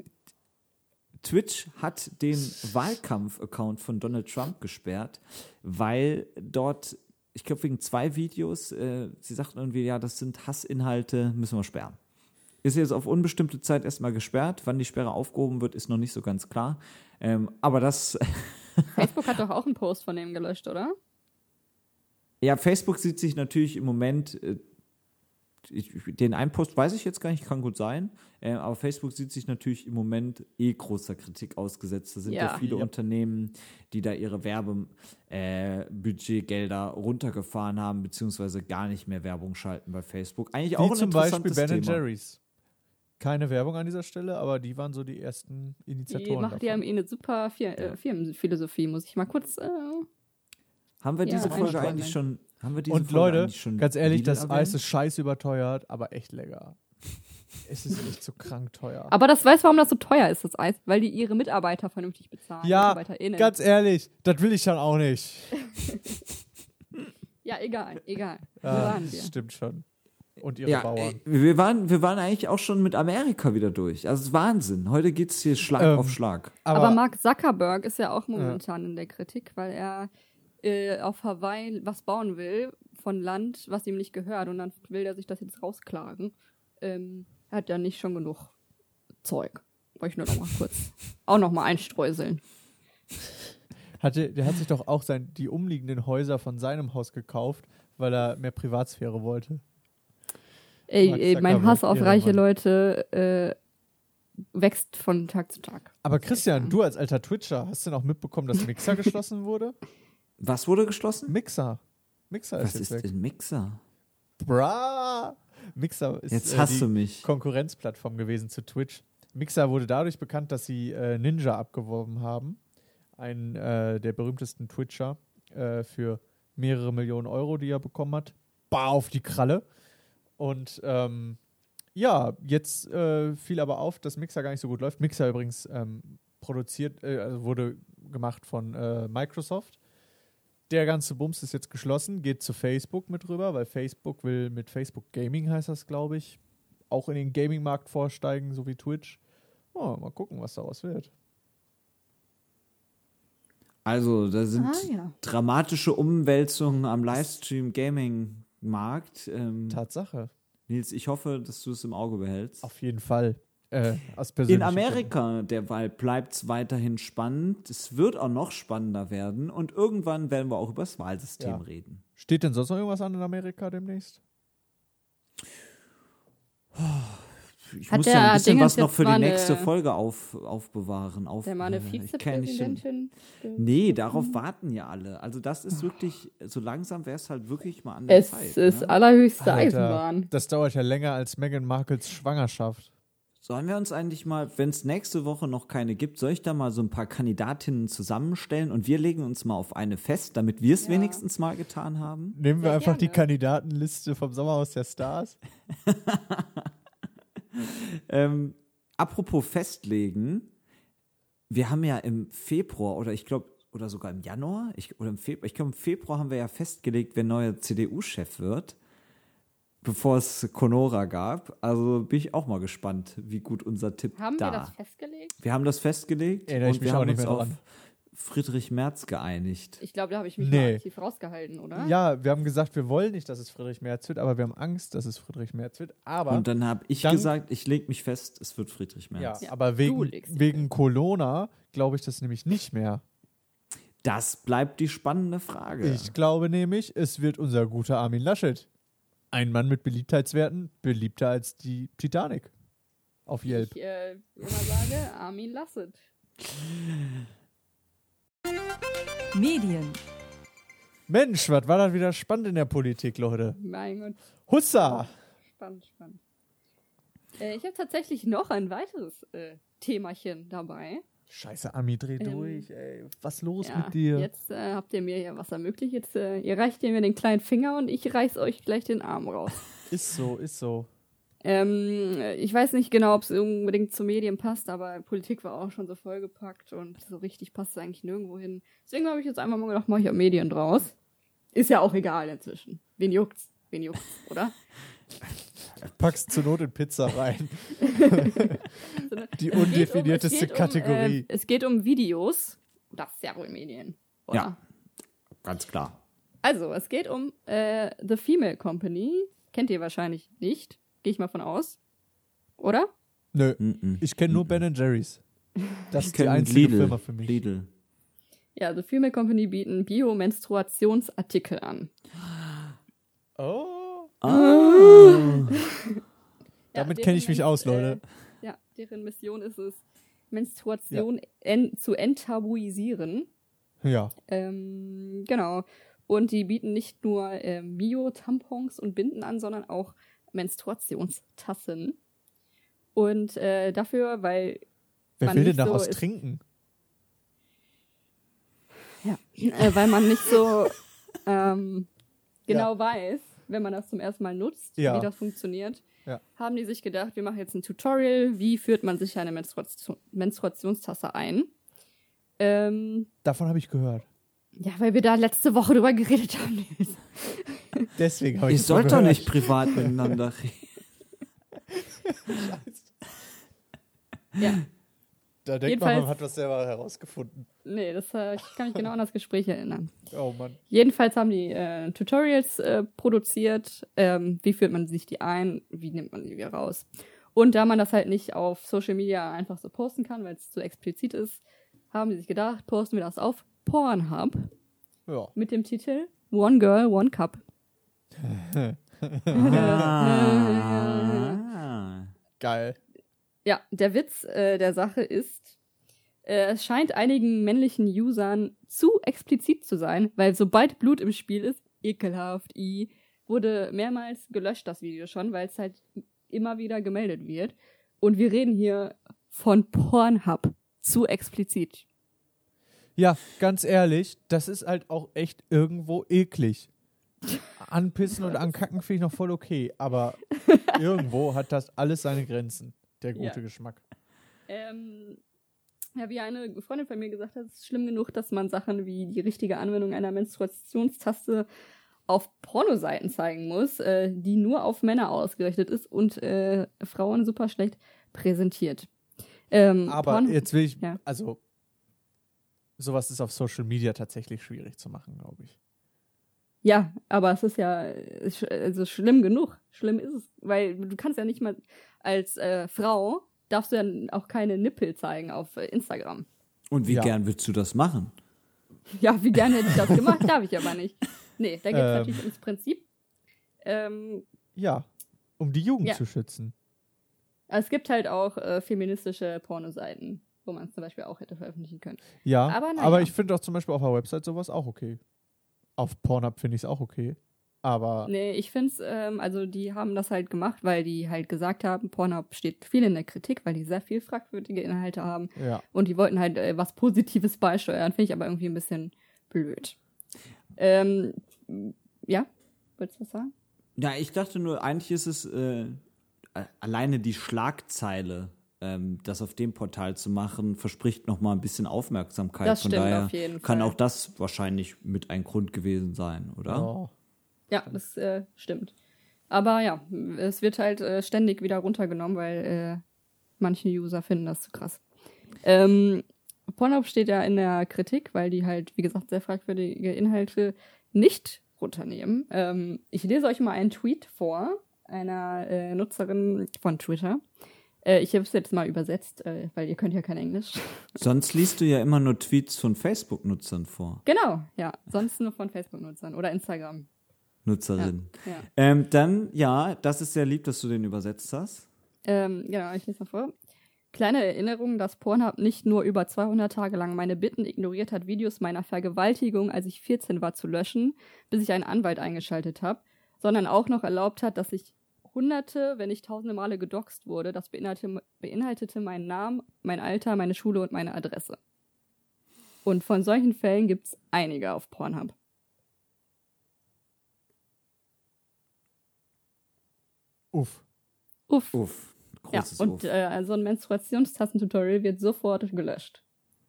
S8: Twitch hat den Wahlkampf-Account von Donald Trump gesperrt, weil dort, ich glaube, wegen zwei Videos, äh, sie sagten irgendwie, ja, das sind Hassinhalte, müssen wir sperren. Ist jetzt auf unbestimmte Zeit erstmal gesperrt. Wann die Sperre aufgehoben wird, ist noch nicht so ganz klar. Ähm, aber das
S7: Facebook hat doch auch einen Post von dem gelöscht, oder?
S8: Ja, Facebook sieht sich natürlich im Moment, äh, ich, ich- den einen Post weiß ich jetzt gar nicht, kann gut sein, äh, aber Facebook sieht sich natürlich im Moment eh großer Kritik ausgesetzt. Da sind ja,
S7: Ja.
S8: viele
S2: Ja.
S8: Unternehmen, die da ihre Werbebudgetgelder äh, Budgetgelder runtergefahren haben, beziehungsweise gar nicht mehr Werbung schalten bei Facebook. Eigentlich auch
S2: Wie
S8: ein
S2: zum Beispiel
S8: interessantes
S2: Ben
S8: Thema.
S2: Jerry's. Keine Werbung an dieser Stelle, aber die waren so die ersten Initiatoren.
S7: Die, machen, die haben
S2: davon.
S7: eh eine super Fir äh, Firmenphilosophie, muss ich mal kurz. Äh,
S8: Haben wir
S7: Ja,
S8: diese Folge
S7: einstreuen.
S8: eigentlich schon? Haben wir diese
S2: Und
S8: Folge
S2: Leute,
S8: eigentlich schon
S2: ganz ehrlich,
S8: Lidl
S2: das Eis
S8: erwähnt?
S2: ist scheiß überteuert, aber echt lecker. es ist echt so krank teuer.
S7: aber das weiß, warum das so teuer ist, das Eis, weil die ihre Mitarbeiter vernünftig bezahlen.
S2: ja,
S7: MitarbeiterInnen.
S2: ganz e- ehrlich, das will ich dann auch nicht.
S7: ja, egal, egal. Wo
S2: Ja,
S7: waren wir?
S2: das Ah, stimmt schon. und ihre
S8: Ja,
S2: Bauern.
S8: ey, wir waren, wir waren eigentlich auch schon mit Amerika wieder durch. Also es ist Wahnsinn. Heute geht es hier Schlag
S2: Ähm,
S8: auf Schlag.
S7: Aber, Mark Zuckerberg ist ja auch momentan in der Kritik, weil er äh, auf Hawaii was bauen will von Land, was ihm nicht gehört. Und dann will er sich das jetzt rausklagen. Ähm, er hat ja nicht schon genug Zeug. Wollte ich nur noch mal kurz auch noch mal einstreuseln.
S2: Hatte, der hat sich doch auch sein, die umliegenden Häuser von seinem Haus gekauft, weil er mehr Privatsphäre wollte.
S7: Ey,
S2: Mark
S7: ey, mein
S2: Zuckerberg,
S7: Hass auf
S2: irre
S7: reiche
S2: Mann.
S7: Leute äh, wächst von Tag zu Tag.
S2: Aber Christian, du als alter Twitcher, hast denn auch mitbekommen, dass Mixer geschlossen wurde?
S8: Was wurde geschlossen?
S2: Mixer. Mixer ist
S8: Was
S2: jetzt
S8: ist
S2: weg.
S8: ein Mixer?
S2: Bra! Mixer ist
S8: Jetzt
S2: äh,
S8: hast
S2: die
S8: du mich.
S2: Konkurrenzplattform gewesen zu Twitch. Mixer wurde dadurch bekannt, dass sie äh, Ninja abgeworben haben. Einen äh, der berühmtesten Twitcher äh, für mehrere Millionen Euro, die er bekommen hat. Bar auf die Kralle. Und ähm, ja, jetzt äh, fiel aber auf, dass Mixer gar nicht so gut läuft. Mixer übrigens ähm, produziert, äh, also wurde gemacht von äh, Microsoft. Der ganze Bums ist jetzt geschlossen, geht zu Facebook mit rüber, weil Facebook will mit Facebook Gaming, heißt das, glaube ich, auch in den Gaming-Markt vorsteigen, so wie Twitch. Oh, mal gucken, was daraus wird.
S8: Also, da sind
S7: Ah, ja.
S8: dramatische Umwälzungen am Livestream-Gaming-Markt. Ähm,
S2: Tatsache.
S8: Nils, ich hoffe, dass du es im Auge behältst.
S2: Auf jeden Fall. Äh, aus
S8: In
S2: persönlichen
S8: Amerika derweil bleibt es weiterhin spannend. Es wird auch noch spannender werden. Und irgendwann werden wir auch über das Wahlsystem
S2: Ja.
S8: reden.
S2: Gründen. Steht denn sonst noch irgendwas an in Amerika demnächst?
S8: Ich
S7: Hat
S8: muss
S7: der
S8: ja ein bisschen
S7: Dingens
S8: was noch
S7: jetzt
S8: für die
S7: mal
S8: nächste
S7: eine-
S8: Folge auf, aufbewahren. Auf,
S7: Der mal eine
S8: äh, ich kenn nicht den-
S7: Vizepräsidentin.
S8: Nee, darauf warten ja alle. Also das ist wirklich, so langsam wäre es halt wirklich mal an der
S7: Es
S8: Zeit.
S7: ist
S8: ne?
S7: allerhöchste
S2: Alter,
S7: Eisenbahn.
S2: Das dauert ja länger als Meghan Markles Schwangerschaft.
S8: Sollen wir uns eigentlich mal, wenn es nächste Woche noch keine gibt, soll ich da mal so ein paar Kandidatinnen zusammenstellen und wir legen uns mal auf eine fest, damit wir es wenigstens mal getan haben?
S2: Nehmen wir
S7: Sehr
S2: einfach die
S7: gerne.
S2: Kandidatenliste vom Sommerhaus der Stars.
S8: Ähm, apropos festlegen, wir haben ja im Februar oder ich glaube, oder sogar im Januar, ich, oder im Februar, ich glaube, im Februar haben wir ja festgelegt, wer neuer CDU-Chef wird, bevor es Conora gab. Also bin ich auch mal gespannt, wie gut unser Tipp
S7: Haben
S8: da
S7: wir das festgelegt?
S8: Wir haben das festgelegt
S2: Erinnere ich
S8: und
S2: mich
S8: wir
S2: auch
S8: haben
S2: nicht
S8: uns
S2: mehr
S8: auf
S2: dran.
S8: Friedrich Merz geeinigt.
S7: Ich glaube, da habe ich mich
S2: Nee.
S7: mal aktiv rausgehalten, oder?
S2: Ja, wir haben gesagt, wir wollen nicht, dass es Friedrich Merz wird, aber wir haben Angst, dass es Friedrich Merz wird. Aber
S8: Und dann habe ich
S2: Dann-
S8: gesagt, ich lege mich fest, es wird Friedrich
S2: Ja,
S8: Merz.
S2: aber
S7: Du
S2: wegen,
S7: legst dich
S2: wegen Corona glaube ich das nämlich nicht mehr.
S8: Das bleibt die spannende Frage.
S2: Ich glaube nämlich, es wird unser guter Armin Laschet. Ein Mann mit Beliebtheitswerten, beliebter als die Titanic. Auf Yelp.
S7: Ich äh, immer sage, Armin Lasset.
S6: Medien,
S2: Mensch, was war das wieder spannend in der Politik, Leute.
S7: Mein Gott,
S2: Hussa!
S7: spannend, spannend. Äh, ich habe tatsächlich noch ein weiteres äh, Themachen dabei.
S2: Scheiße, Ami, dreh
S7: Ähm,
S2: durch, ey. Was los
S7: Ja,
S2: mit dir?
S7: Jetzt äh, habt ihr mir ja was ermöglicht. Jetzt, äh, ihr reicht mir den kleinen Finger und ich reiß euch gleich den Arm raus.
S2: Ist so, ist so.
S7: Ähm, ich weiß nicht genau, ob es unbedingt zu Medien passt, aber Politik war auch schon so vollgepackt und so richtig passt es eigentlich nirgendwo hin. Deswegen habe ich jetzt einfach mal gedacht, mache ich auch Medien draus. Ist ja auch egal inzwischen. Wen juckt's? Wen juckt's, oder?
S2: Packst zur Not in Pizza rein. Die
S7: Es geht um- es
S2: undefinierteste
S7: geht um,
S2: Kategorie.
S7: äh, es geht um Videos. Das ist ja wohl Medien, oder?
S8: Ja. Ganz klar.
S7: Also, es geht um äh, The Female Company. Kennt ihr wahrscheinlich nicht. Gehe ich mal von aus. Oder?
S2: Nö,
S8: Mm-mm.
S2: ich kenne nur Ben Jerry's. Das ist die
S8: Können
S2: einzige Firma für mich.
S8: Lidl.
S7: Ja, The Female Company bieten Bio-Menstruationsartikel an.
S2: Oh.
S7: Ja,
S2: Damit
S7: deren
S2: kenne ich mich
S7: Mens-
S2: aus, Leute.
S7: Äh, ja, deren Mission ist es, Menstruation en zu enttabuisieren.
S2: Ja.
S7: Ähm, genau. Und die bieten nicht nur ähm, Bio-Tampons und Binden an, sondern auch Menstruationstassen. Und äh, dafür, weil
S2: Wer
S7: man
S2: will denn
S7: nicht so
S2: daraus
S7: ist-
S2: trinken?
S7: Ja, äh, weil man nicht so ähm, genau weiß, wenn man das zum ersten Mal nutzt,
S2: Ja.
S7: wie das funktioniert,
S2: Ja.
S7: haben die sich gedacht, wir machen jetzt ein Tutorial, wie führt man sich eine Menstruation Menstruationstasse ein. Ähm,
S2: Davon habe ich gehört.
S7: ja, weil wir da letzte Woche drüber geredet haben.
S2: Deswegen habe ich
S8: Ich
S2: das
S8: sollte doch
S2: gehört.
S8: nicht privat miteinander reden.
S7: Ja,
S2: Da denkt man,
S7: Jedenfalls-
S2: man hat was selber herausgefunden.
S7: nee, das, äh, ich kann mich genau an das Gespräch erinnern.
S2: Oh Mann.
S7: Jedenfalls haben die äh, Tutorials äh, produziert. Ähm, wie führt man sich die ein? Wie nimmt man sie wieder raus? Und da man das halt nicht auf Social Media einfach so posten kann, weil es zu explizit ist, haben sie sich gedacht, posten wir das auf Pornhub
S2: Ja.
S7: mit dem Titel One Girl, One Cup.
S8: Ah.
S2: Geil.
S7: Ja, der Witz äh, der Sache ist, äh, es scheint einigen männlichen Usern zu explizit zu sein, weil sobald Blut im Spiel ist, ekelhaft, i, wurde mehrmals gelöscht, das Video schon, weil es halt immer wieder gemeldet wird. Und wir reden hier von Pornhub. Zu explizit.
S2: Ja, ganz ehrlich, das ist halt auch echt irgendwo eklig. Anpissen und ankacken finde ich noch voll okay, aber irgendwo hat das alles seine Grenzen. Der gute
S7: Ja.
S2: Geschmack.
S7: Ähm, ja, wie eine Freundin von mir gesagt hat, es ist schlimm genug, dass man Sachen wie die richtige Anwendung einer Menstruationstaste auf Pornoseiten zeigen muss, äh, die nur auf Männer ausgerichtet ist und äh, Frauen super schlecht präsentiert. Ähm,
S2: Aber
S7: Porn-
S2: jetzt will ich,
S7: Ja.
S2: also, sowas ist auf Social Media tatsächlich schwierig zu machen, glaube ich.
S7: Ja, aber es ist ja äh, sch- also schlimm genug. Schlimm ist es, weil du kannst ja nicht mal als äh, Frau darfst du ja auch keine Nippel zeigen auf äh, Instagram.
S8: Und wie
S2: Ja.
S8: gern würdest du das machen?
S7: Ja, wie gerne hätte ich das gemacht, darf ich aber nicht. Nee, da geht's
S2: Ähm.
S7: natürlich ins Prinzip. Ähm,
S2: Ja, um die Jugend
S7: Ja.
S2: zu schützen.
S7: es gibt halt auch äh, feministische Pornoseiten, wo man es zum Beispiel auch hätte veröffentlichen können.
S2: Ja,
S7: Aber
S2: aber,
S7: naja.
S2: aber ich finde auch zum Beispiel auf der Website sowas auch okay. Auf Pornhub finde ich es auch okay. Aber
S7: Nee, ich find's, ähm, also die haben das halt gemacht, weil die halt gesagt haben, Pornhub steht viel in der Kritik, weil die sehr viel fragwürdige Inhalte haben
S2: ja,
S7: und die wollten halt äh, was Positives beisteuern, finde ich aber irgendwie ein bisschen blöd. Ähm, ja, wolltest du was sagen?
S8: Ja, ich dachte nur, eigentlich ist es äh, a- alleine die Schlagzeile, ähm, das auf dem Portal zu machen, verspricht noch mal ein bisschen Aufmerksamkeit.
S7: Das
S8: Von
S7: stimmt
S8: daher
S7: auf jeden
S8: kann
S7: Fall.
S8: auch das wahrscheinlich mit ein Grund gewesen sein, oder?
S2: oh,
S7: Ja, das äh, stimmt. Aber ja, es wird halt äh, ständig wieder runtergenommen, weil äh, manche User finden das zu krass. Ähm, Pornhub steht ja in der Kritik, weil die halt, wie gesagt, sehr fragwürdige Inhalte nicht runternehmen. Ähm, ich lese euch mal einen Tweet vor einer äh, Nutzerin von Twitter. Äh, ich habe es jetzt mal übersetzt, äh, weil ihr könnt ja kein Englisch.
S8: Sonst liest du ja immer nur Tweets von Facebook-Nutzern vor,
S7: genau, ja. Sonst nur von Facebook-Nutzern oder Instagram.
S8: Nutzerinnen.
S7: Ja.
S8: Ähm, dann, ja, das ist sehr lieb, dass du den übersetzt hast.
S7: Ähm, genau, ich lese mal vor. Kleine Erinnerung, dass Pornhub nicht nur über 200 Tage lang meine Bitten ignoriert hat, Videos meiner Vergewaltigung, als ich 14 war, zu löschen, bis ich einen Anwalt eingeschaltet habe, sondern auch noch erlaubt hat, dass ich hunderte, wenn nicht tausende Male gedoxt wurde. Das beinhaltete, beinhaltete meinen Namen, mein Alter, meine Schule und meine Adresse. Und von solchen Fällen gibt's einige auf Pornhub.
S2: uff.
S7: Uff.
S8: Uff,
S7: ja,
S8: großes
S7: und
S8: Uff.
S7: äh, so ein Menstruationstastentutorial wird sofort gelöscht.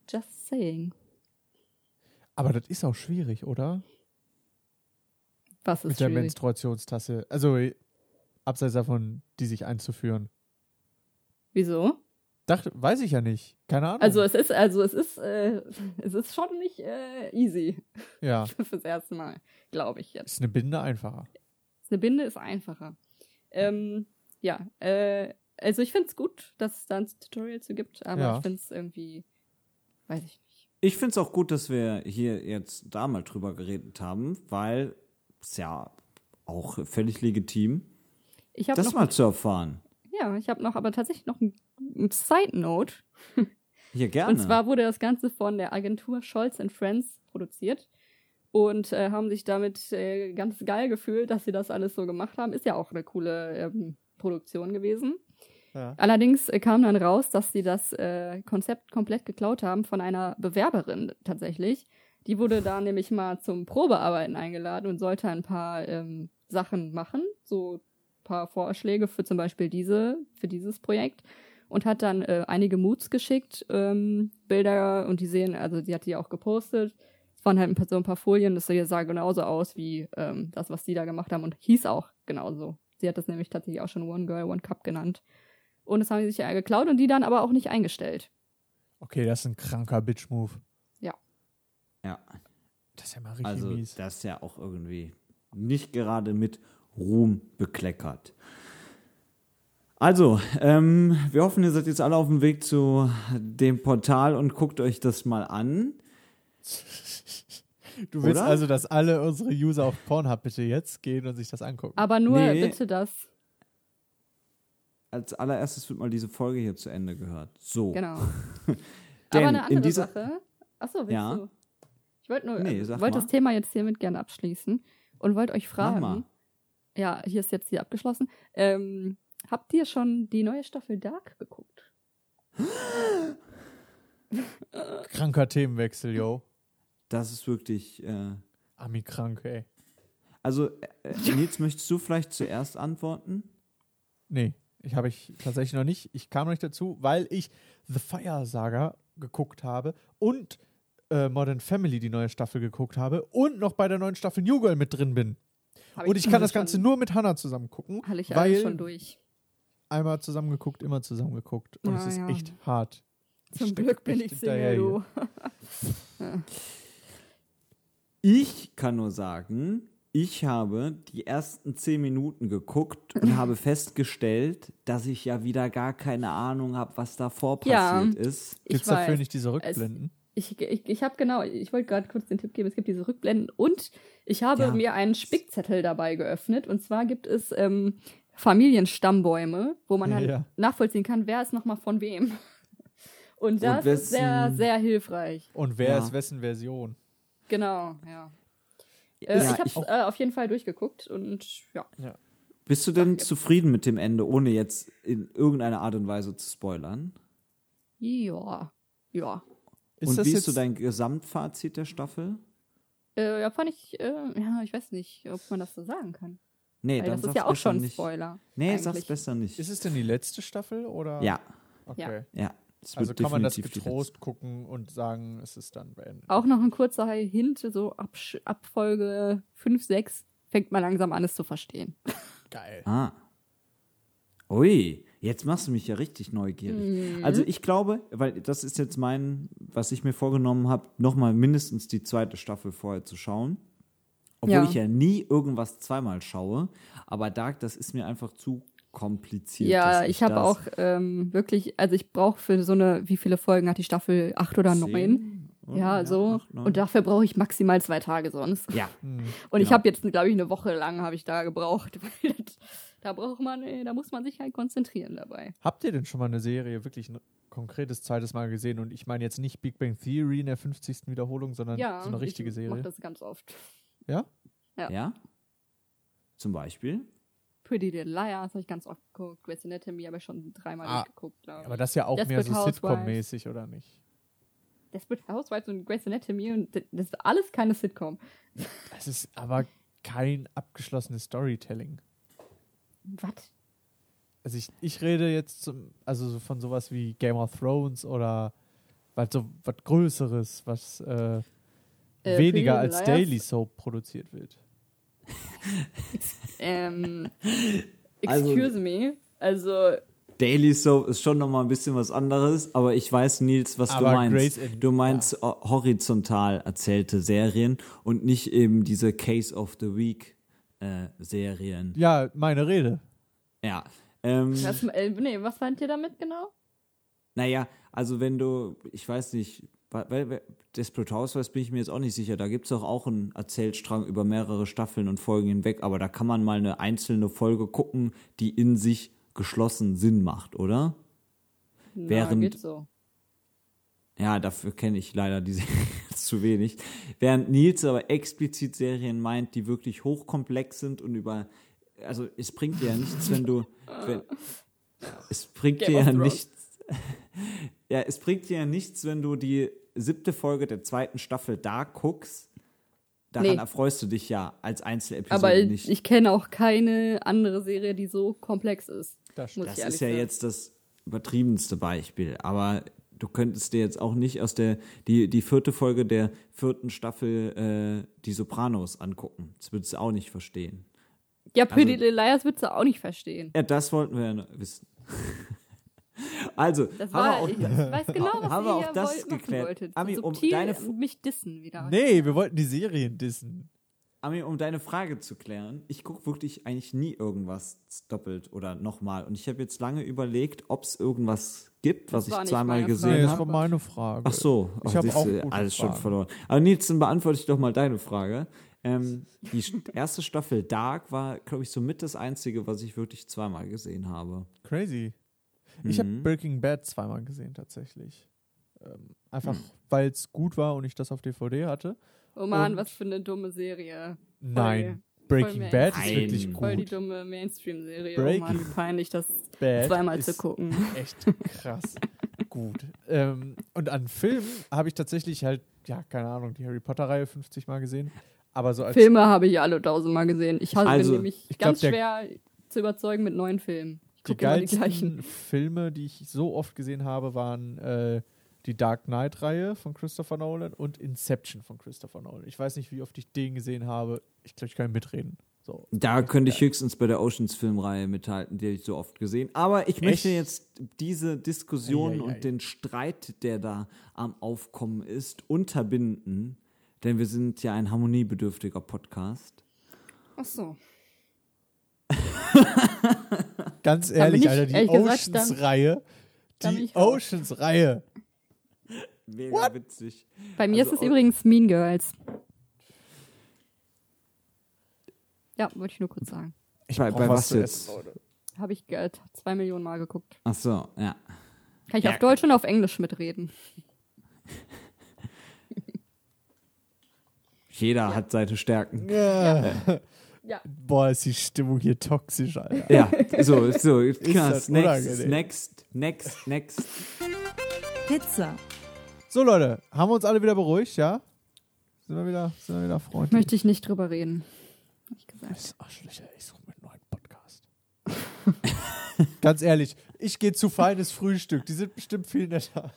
S7: Just saying.
S2: Aber das ist auch schwierig, oder?
S7: Was ist
S2: mit der
S7: schwierig?
S2: Menstruationstasse. Also äh, abseits davon, die sich einzuführen.
S7: Wieso?
S2: Dachte, weiß ich ja nicht. Keine Ahnung.
S7: Also es ist, also es ist, äh, es ist schon nicht äh, easy
S2: ja,
S7: fürs erste Mal, glaube ich jetzt.
S2: ist eine Binde einfacher.
S7: Eine Binde ist einfacher. Ähm, ja, äh, also ich finde es gut, dass es da ein Tutorial zu gibt, aber
S2: Ja.
S7: ich finde es irgendwie, weiß ich nicht.
S8: Ich finde es auch gut, dass wir hier jetzt da mal drüber geredet haben, weil es ja auch völlig legitim,
S7: Ich habe
S8: das
S7: noch,
S8: mal zu erfahren.
S7: ja, ich habe noch, aber tatsächlich noch ein, ein Side Note.
S8: Hier gerne.
S7: Und zwar wurde das Ganze von der Agentur Scholz and Friends produziert und äh, haben sich damit äh, ganz geil gefühlt, dass sie das alles so gemacht haben. Ist ja auch eine coole ähm, Produktion gewesen.
S2: Ja.
S7: Allerdings äh, kam dann raus, dass sie das äh, Konzept komplett geklaut haben von einer Bewerberin tatsächlich. Die wurde da nämlich mal zum Probearbeiten eingeladen und sollte ein paar ähm, Sachen machen, so ein paar Vorschläge für zum Beispiel diese, für dieses Projekt und hat dann äh, einige Moods geschickt, ähm, Bilder und die sehen, also sie hat die auch gepostet. Es waren halt so ein paar Folien, das sah genauso aus wie ähm, das, was die da gemacht haben und hieß auch genauso. Sie hat das nämlich tatsächlich auch schon One Girl, One Cup genannt. Und das haben die sich ja geklaut und die dann aber auch nicht eingestellt.
S2: Okay, das ist ein kranker Bitch-Move.
S8: Ja,
S2: Das ist ja mal richtig
S8: also
S2: mies.
S8: das ist ja auch irgendwie nicht gerade mit Ruhm bekleckert. Also, ähm, wir hoffen, ihr seid jetzt alle auf dem Weg zu dem Portal und guckt euch das mal an.
S2: Du willst
S8: Oder?
S2: also, dass alle unsere User auf Pornhub bitte jetzt gehen und sich das angucken.
S7: Aber nur
S8: Nee.
S7: bitte das.
S8: Als allererstes wird mal diese Folge hier zu Ende gehört. So.
S7: Genau.
S8: Denn
S7: aber eine
S8: in
S7: andere
S8: dieser,
S7: Sache. Achso, willst
S8: Ja.
S7: du? Ich wollte nur,
S8: Nee,
S7: äh,
S8: sag
S7: wollte
S8: mal.
S7: das Thema jetzt hiermit gerne abschließen und wollte euch
S8: Mach
S7: fragen.
S8: mal.
S7: Ja, hier ist jetzt hier abgeschlossen. Ähm, habt ihr schon die neue Staffel Dark geguckt?
S2: Kranker Themenwechsel, yo.
S8: Das ist wirklich. Äh,
S2: Ami krank, ey.
S8: also, äh, Nils, möchtest du vielleicht zuerst antworten?
S2: Nee, ich habe ich tatsächlich noch nicht. Ich kam noch nicht dazu, weil ich The Fire Saga geguckt habe und äh, Modern Family die neue Staffel geguckt habe und noch bei der neuen Staffel New Girl mit drin bin.
S7: Hab
S2: Und ich kann das
S7: schon-
S2: Ganze nur mit Hannah zusammen gucken,
S7: Hatte ich ja alles schon
S2: weil
S7: durch.
S2: einmal zusammengeguckt, immer zusammengeguckt. Und
S7: Ja,
S2: es ist
S7: Ah, ja.
S2: echt hart. Ich
S7: Zum
S2: steck
S7: Glück bin
S2: echt
S7: ich Single,
S2: hinterher hier.
S7: du.
S8: Ich kann nur sagen, ich habe die ersten zehn Minuten geguckt und habe festgestellt, dass ich ja wieder gar keine Ahnung habe, was davor
S7: Ja.
S8: passiert ist.
S7: Ich
S2: Gibt's dafür
S7: weiß.
S2: nicht diese Rückblenden?
S7: Ich, ich, ich habe genau, ich wollte gerade kurz den Tipp geben, es gibt diese Rückblenden und ich habe
S8: Ja.
S7: mir einen Spickzettel dabei geöffnet und zwar gibt es ähm, Familienstammbäume, wo man
S2: Ja,
S7: halt
S2: ja.
S7: nachvollziehen kann, wer ist nochmal von wem. Und das ist sehr,
S8: wessen-
S7: sehr hilfreich.
S2: Und wer
S8: Ja.
S2: ist wessen Version?
S7: Genau, ja. Äh,
S8: Ja,
S7: ich habe äh, auf jeden Fall durchgeguckt und ja.
S8: Bist du denn zufrieden mit dem Ende, ohne jetzt in irgendeiner Art und Weise zu spoilern?
S7: Ja. Ja.
S2: Ist
S8: und
S2: das
S8: wie
S2: jetzt
S8: ist so dein Gesamtfazit der Staffel?
S7: Äh, ja, fand ich, äh, ja, ich weiß nicht, ob man das so sagen kann.
S8: Nee,
S7: Weil
S8: dann
S7: das ist
S8: sag's
S7: ja auch
S8: besser
S7: schon ein
S8: nicht.
S7: Spoiler.
S8: Nee, sag's
S7: eigentlich.
S8: besser nicht.
S2: Ist es denn die letzte Staffel oder?
S8: ja,
S2: Okay.
S8: ja. es
S2: Also
S8: wird
S2: kann man das
S8: definitiv die
S2: getrost gucken und sagen, es ist dann beendet.
S7: Auch noch ein kurzer Hint, so ab, ab Folge 5, 6 fängt man langsam an, es zu verstehen.
S2: Geil.
S8: letzte. Ah. Ui, jetzt machst du mich ja richtig neugierig.
S7: Mhm.
S8: Also ich glaube, weil das ist jetzt mein, was ich mir vorgenommen habe, nochmal mindestens die zweite Staffel vorher zu schauen. Obwohl
S7: Ja.
S8: ich ja nie irgendwas zweimal schaue. Aber Dark, das ist mir einfach zu kompliziert.
S7: ja,
S8: dass
S7: ich habe
S8: das-
S7: auch ähm, wirklich, also ich brauche für so eine, wie viele Folgen hat die Staffel? Acht oder neun?
S8: Zehn? Oder?
S7: Ja, so.
S8: acht, neun.
S7: Und dafür brauche ich maximal zwei Tage sonst.
S8: ja,
S2: Hm.
S7: Und ich
S8: Genau.
S7: habe jetzt, glaube ich, eine Woche lang habe ich da gebraucht. weil das- da braucht man, äh, da muss man sich halt konzentrieren dabei.
S2: Habt ihr denn schon mal eine Serie wirklich ein konkretes zweites Mal gesehen? Und ich meine jetzt nicht Big Bang Theory in der 50. Wiederholung, sondern
S7: Ja,
S2: so eine richtige
S7: ich mache
S2: Serie.
S7: das ganz oft.
S2: Ja?
S8: ja. Zum Beispiel.
S7: Pretty Little Liars habe ich ganz oft geguckt. Grey's Anatomy habe ich schon dreimal
S2: Ah,
S7: geguckt, glaube ich.
S2: Aber das ist ja auch mehr
S7: Desperate
S2: so
S7: Housewives.
S2: Sitcom-mäßig, oder nicht?
S7: Desperate Housewives und Grey's Anatomy und d- das ist alles keine Sitcom.
S2: Es ist aber kein abgeschlossenes Storytelling.
S7: Was?
S2: Also ich, ich rede jetzt zum, also so von sowas wie Game of Thrones oder was so was Größeres, was äh, weniger
S7: Äh, Pretty Little
S2: als
S7: Liars?
S2: Daily Soap produziert wird.
S7: Ähm,
S8: Also-
S7: excuse me. Also,
S8: Daily Soap ist schon nochmal ein bisschen was anderes, aber ich weiß, Nils, was
S2: Aber
S8: du meinst.
S2: Grey's Anatomy,
S8: du meinst o- horizontal erzählte Serien und nicht eben diese Case of the Week äh, Serien.
S2: Ja, meine Rede.
S8: Ja. Ähm,
S7: was, äh, nee, was meint ihr damit genau?
S8: naja, also wenn du, ich weiß nicht, wa- wa- wa- Desperate Housewives bin ich mir jetzt auch nicht sicher. Da gibt es doch auch einen Erzählstrang über mehrere Staffeln und Folgen hinweg, aber da kann man mal eine einzelne Folge gucken, die in sich geschlossen Sinn macht, oder?
S7: Na,
S8: Während-
S7: geht so.
S8: Ja, dafür kenne ich leider die Serie zu wenig. Während Nils aber explizit Serien meint, die wirklich hochkomplex sind und über. Also, es bringt dir ja nichts, wenn du. Wenn, es bringt
S7: Game
S8: dir
S7: of
S8: ja
S7: Thrones.
S8: nichts. Ja, es bringt dir ja nichts, wenn du die siebte Folge der zweiten Staffel Dark guckst. Daran
S7: Nee.
S8: erfreust du dich ja als Einzelepisode
S7: Aber
S8: nicht.
S7: ich, ich kenne auch keine andere Serie, die so komplex ist.
S2: Das
S7: muss
S8: das
S7: ich ehrlich
S8: ist ja
S7: sagen.
S8: jetzt das übertriebenste Beispiel, aber Du könntest dir jetzt auch nicht aus der, die, die vierte Folge der vierten Staffel äh, die Sopranos angucken. Das würdest du auch nicht verstehen.
S7: Ja, Pretty
S8: also
S7: Little Liars würdest du auch nicht verstehen.
S8: Ja, das wollten wir ja noch wissen. also, haben
S7: Das
S8: wir
S7: war,
S8: auch
S7: ich weiß genau, was
S8: haben
S7: ihr
S8: wir auch
S7: hier
S8: das
S7: wollt, machen
S8: geklärt.
S7: wolltet. Also
S8: Ami, um
S7: Subtil
S8: deine F-
S7: mich dissen wieder.
S2: Nee, wir wollten die Serien dissen.
S8: Ami, um deine Frage zu klären, ich gucke wirklich eigentlich nie irgendwas doppelt oder nochmal. Und ich habe jetzt lange überlegt, ob es irgendwas gibt, was
S7: war
S8: ich
S7: nicht
S8: zweimal
S7: meine
S8: gesehen
S2: Nee,
S7: Frage.
S2: das
S8: habe.
S2: war meine Frage.
S8: Ach so,
S2: Ich
S8: Ach,
S2: hab
S8: siehst
S2: auch
S8: du,
S2: gute
S8: alles schon
S2: Fragen.
S8: verloren. Aber Nielsen, beantworte ich doch mal deine Frage. Ähm, die st- erste Staffel Dark war, glaube ich, somit das einzige, was ich wirklich zweimal gesehen habe.
S2: Crazy. Ich habe
S8: Mhm.
S2: Breaking Bad zweimal gesehen, tatsächlich. Ähm, einfach,
S8: Hm.
S2: weil es gut war und ich das auf DVD hatte.
S7: Oh Mann,
S2: Und-
S7: was für eine dumme Serie.
S2: Nein, Breaking
S7: Voll
S2: Bad ist
S8: Mainstream.
S2: wirklich
S8: Nein.
S7: Voll die
S2: gut.
S7: dumme Mainstream-Serie. Oh
S2: Breaking
S7: Mann, wie peinlich, das
S2: Bad
S7: zweimal
S2: ist
S7: zu gucken.
S2: Echt krass. gut. Ähm, und an Filmen habe ich tatsächlich halt, ja, keine Ahnung, die Harry Potter-Reihe 50 Mal gesehen. Aber so als
S7: Filme habe ich alle tausendmal gesehen. Ich hasse
S8: Also,
S7: bin nämlich
S2: ich glaub,
S7: ganz
S2: der-
S7: schwer zu überzeugen mit neuen Filmen. Ich
S2: die
S7: gucke immer die
S2: geilsten
S7: gleichen.
S2: Filme, die ich so oft gesehen habe, waren äh, die Dark Knight-Reihe von Christopher Nolan und Inception von Christopher Nolan. Ich weiß nicht, wie oft ich den gesehen habe. Ich glaube, ich kann mitreden. So.
S8: Da könnte ich höchstens bei der Oceans-Filmreihe mithalten, die habe ich so oft gesehen. Aber ich möchte
S2: Echt?
S8: jetzt diese Diskussion
S2: Ei, ei, ei.
S8: und den Streit, der da am Aufkommen ist, unterbinden. Denn wir sind ja ein harmoniebedürftiger Podcast.
S7: Ach so.
S2: Ganz ehrlich,
S7: nicht,
S2: Alter, die
S7: ehrlich gesagt,
S2: Oceans-Reihe.
S7: da bin
S2: Die
S7: ich raus.
S2: Oceans-Reihe.
S8: Mega witzig.
S7: Bei mir
S8: Also,
S7: ist es übrigens Mean Girls. Ja, wollte ich nur kurz sagen.
S2: Ich
S8: Bei-
S2: brauch
S8: bei was
S2: zu
S8: jetzt?
S2: essen, Leute.
S7: Habe ich äh, zwei Millionen Mal geguckt.
S8: Ach so, ja.
S7: Kann ich auf Deutsch und auf Englisch mitreden.
S8: Jeder hat seine Stärken.
S7: Ja.
S2: Boah, ist die Stimmung hier toxisch, Alter.
S8: Ja, so, so, krass. Next,
S2: das unangenehm.
S8: next, next, next.
S6: Pizza.
S2: So, Leute, haben wir uns alle wieder beruhigt, ja? Sind wir wieder, sind wir wieder freundlich?
S7: Möchte ich nicht drüber reden. Hab ich gesagt.
S2: Das Arschlöcher, ich suche mir einen neuen Podcast. Ganz ehrlich, ich gehe zu feines Frühstück. Die sind bestimmt viel netter.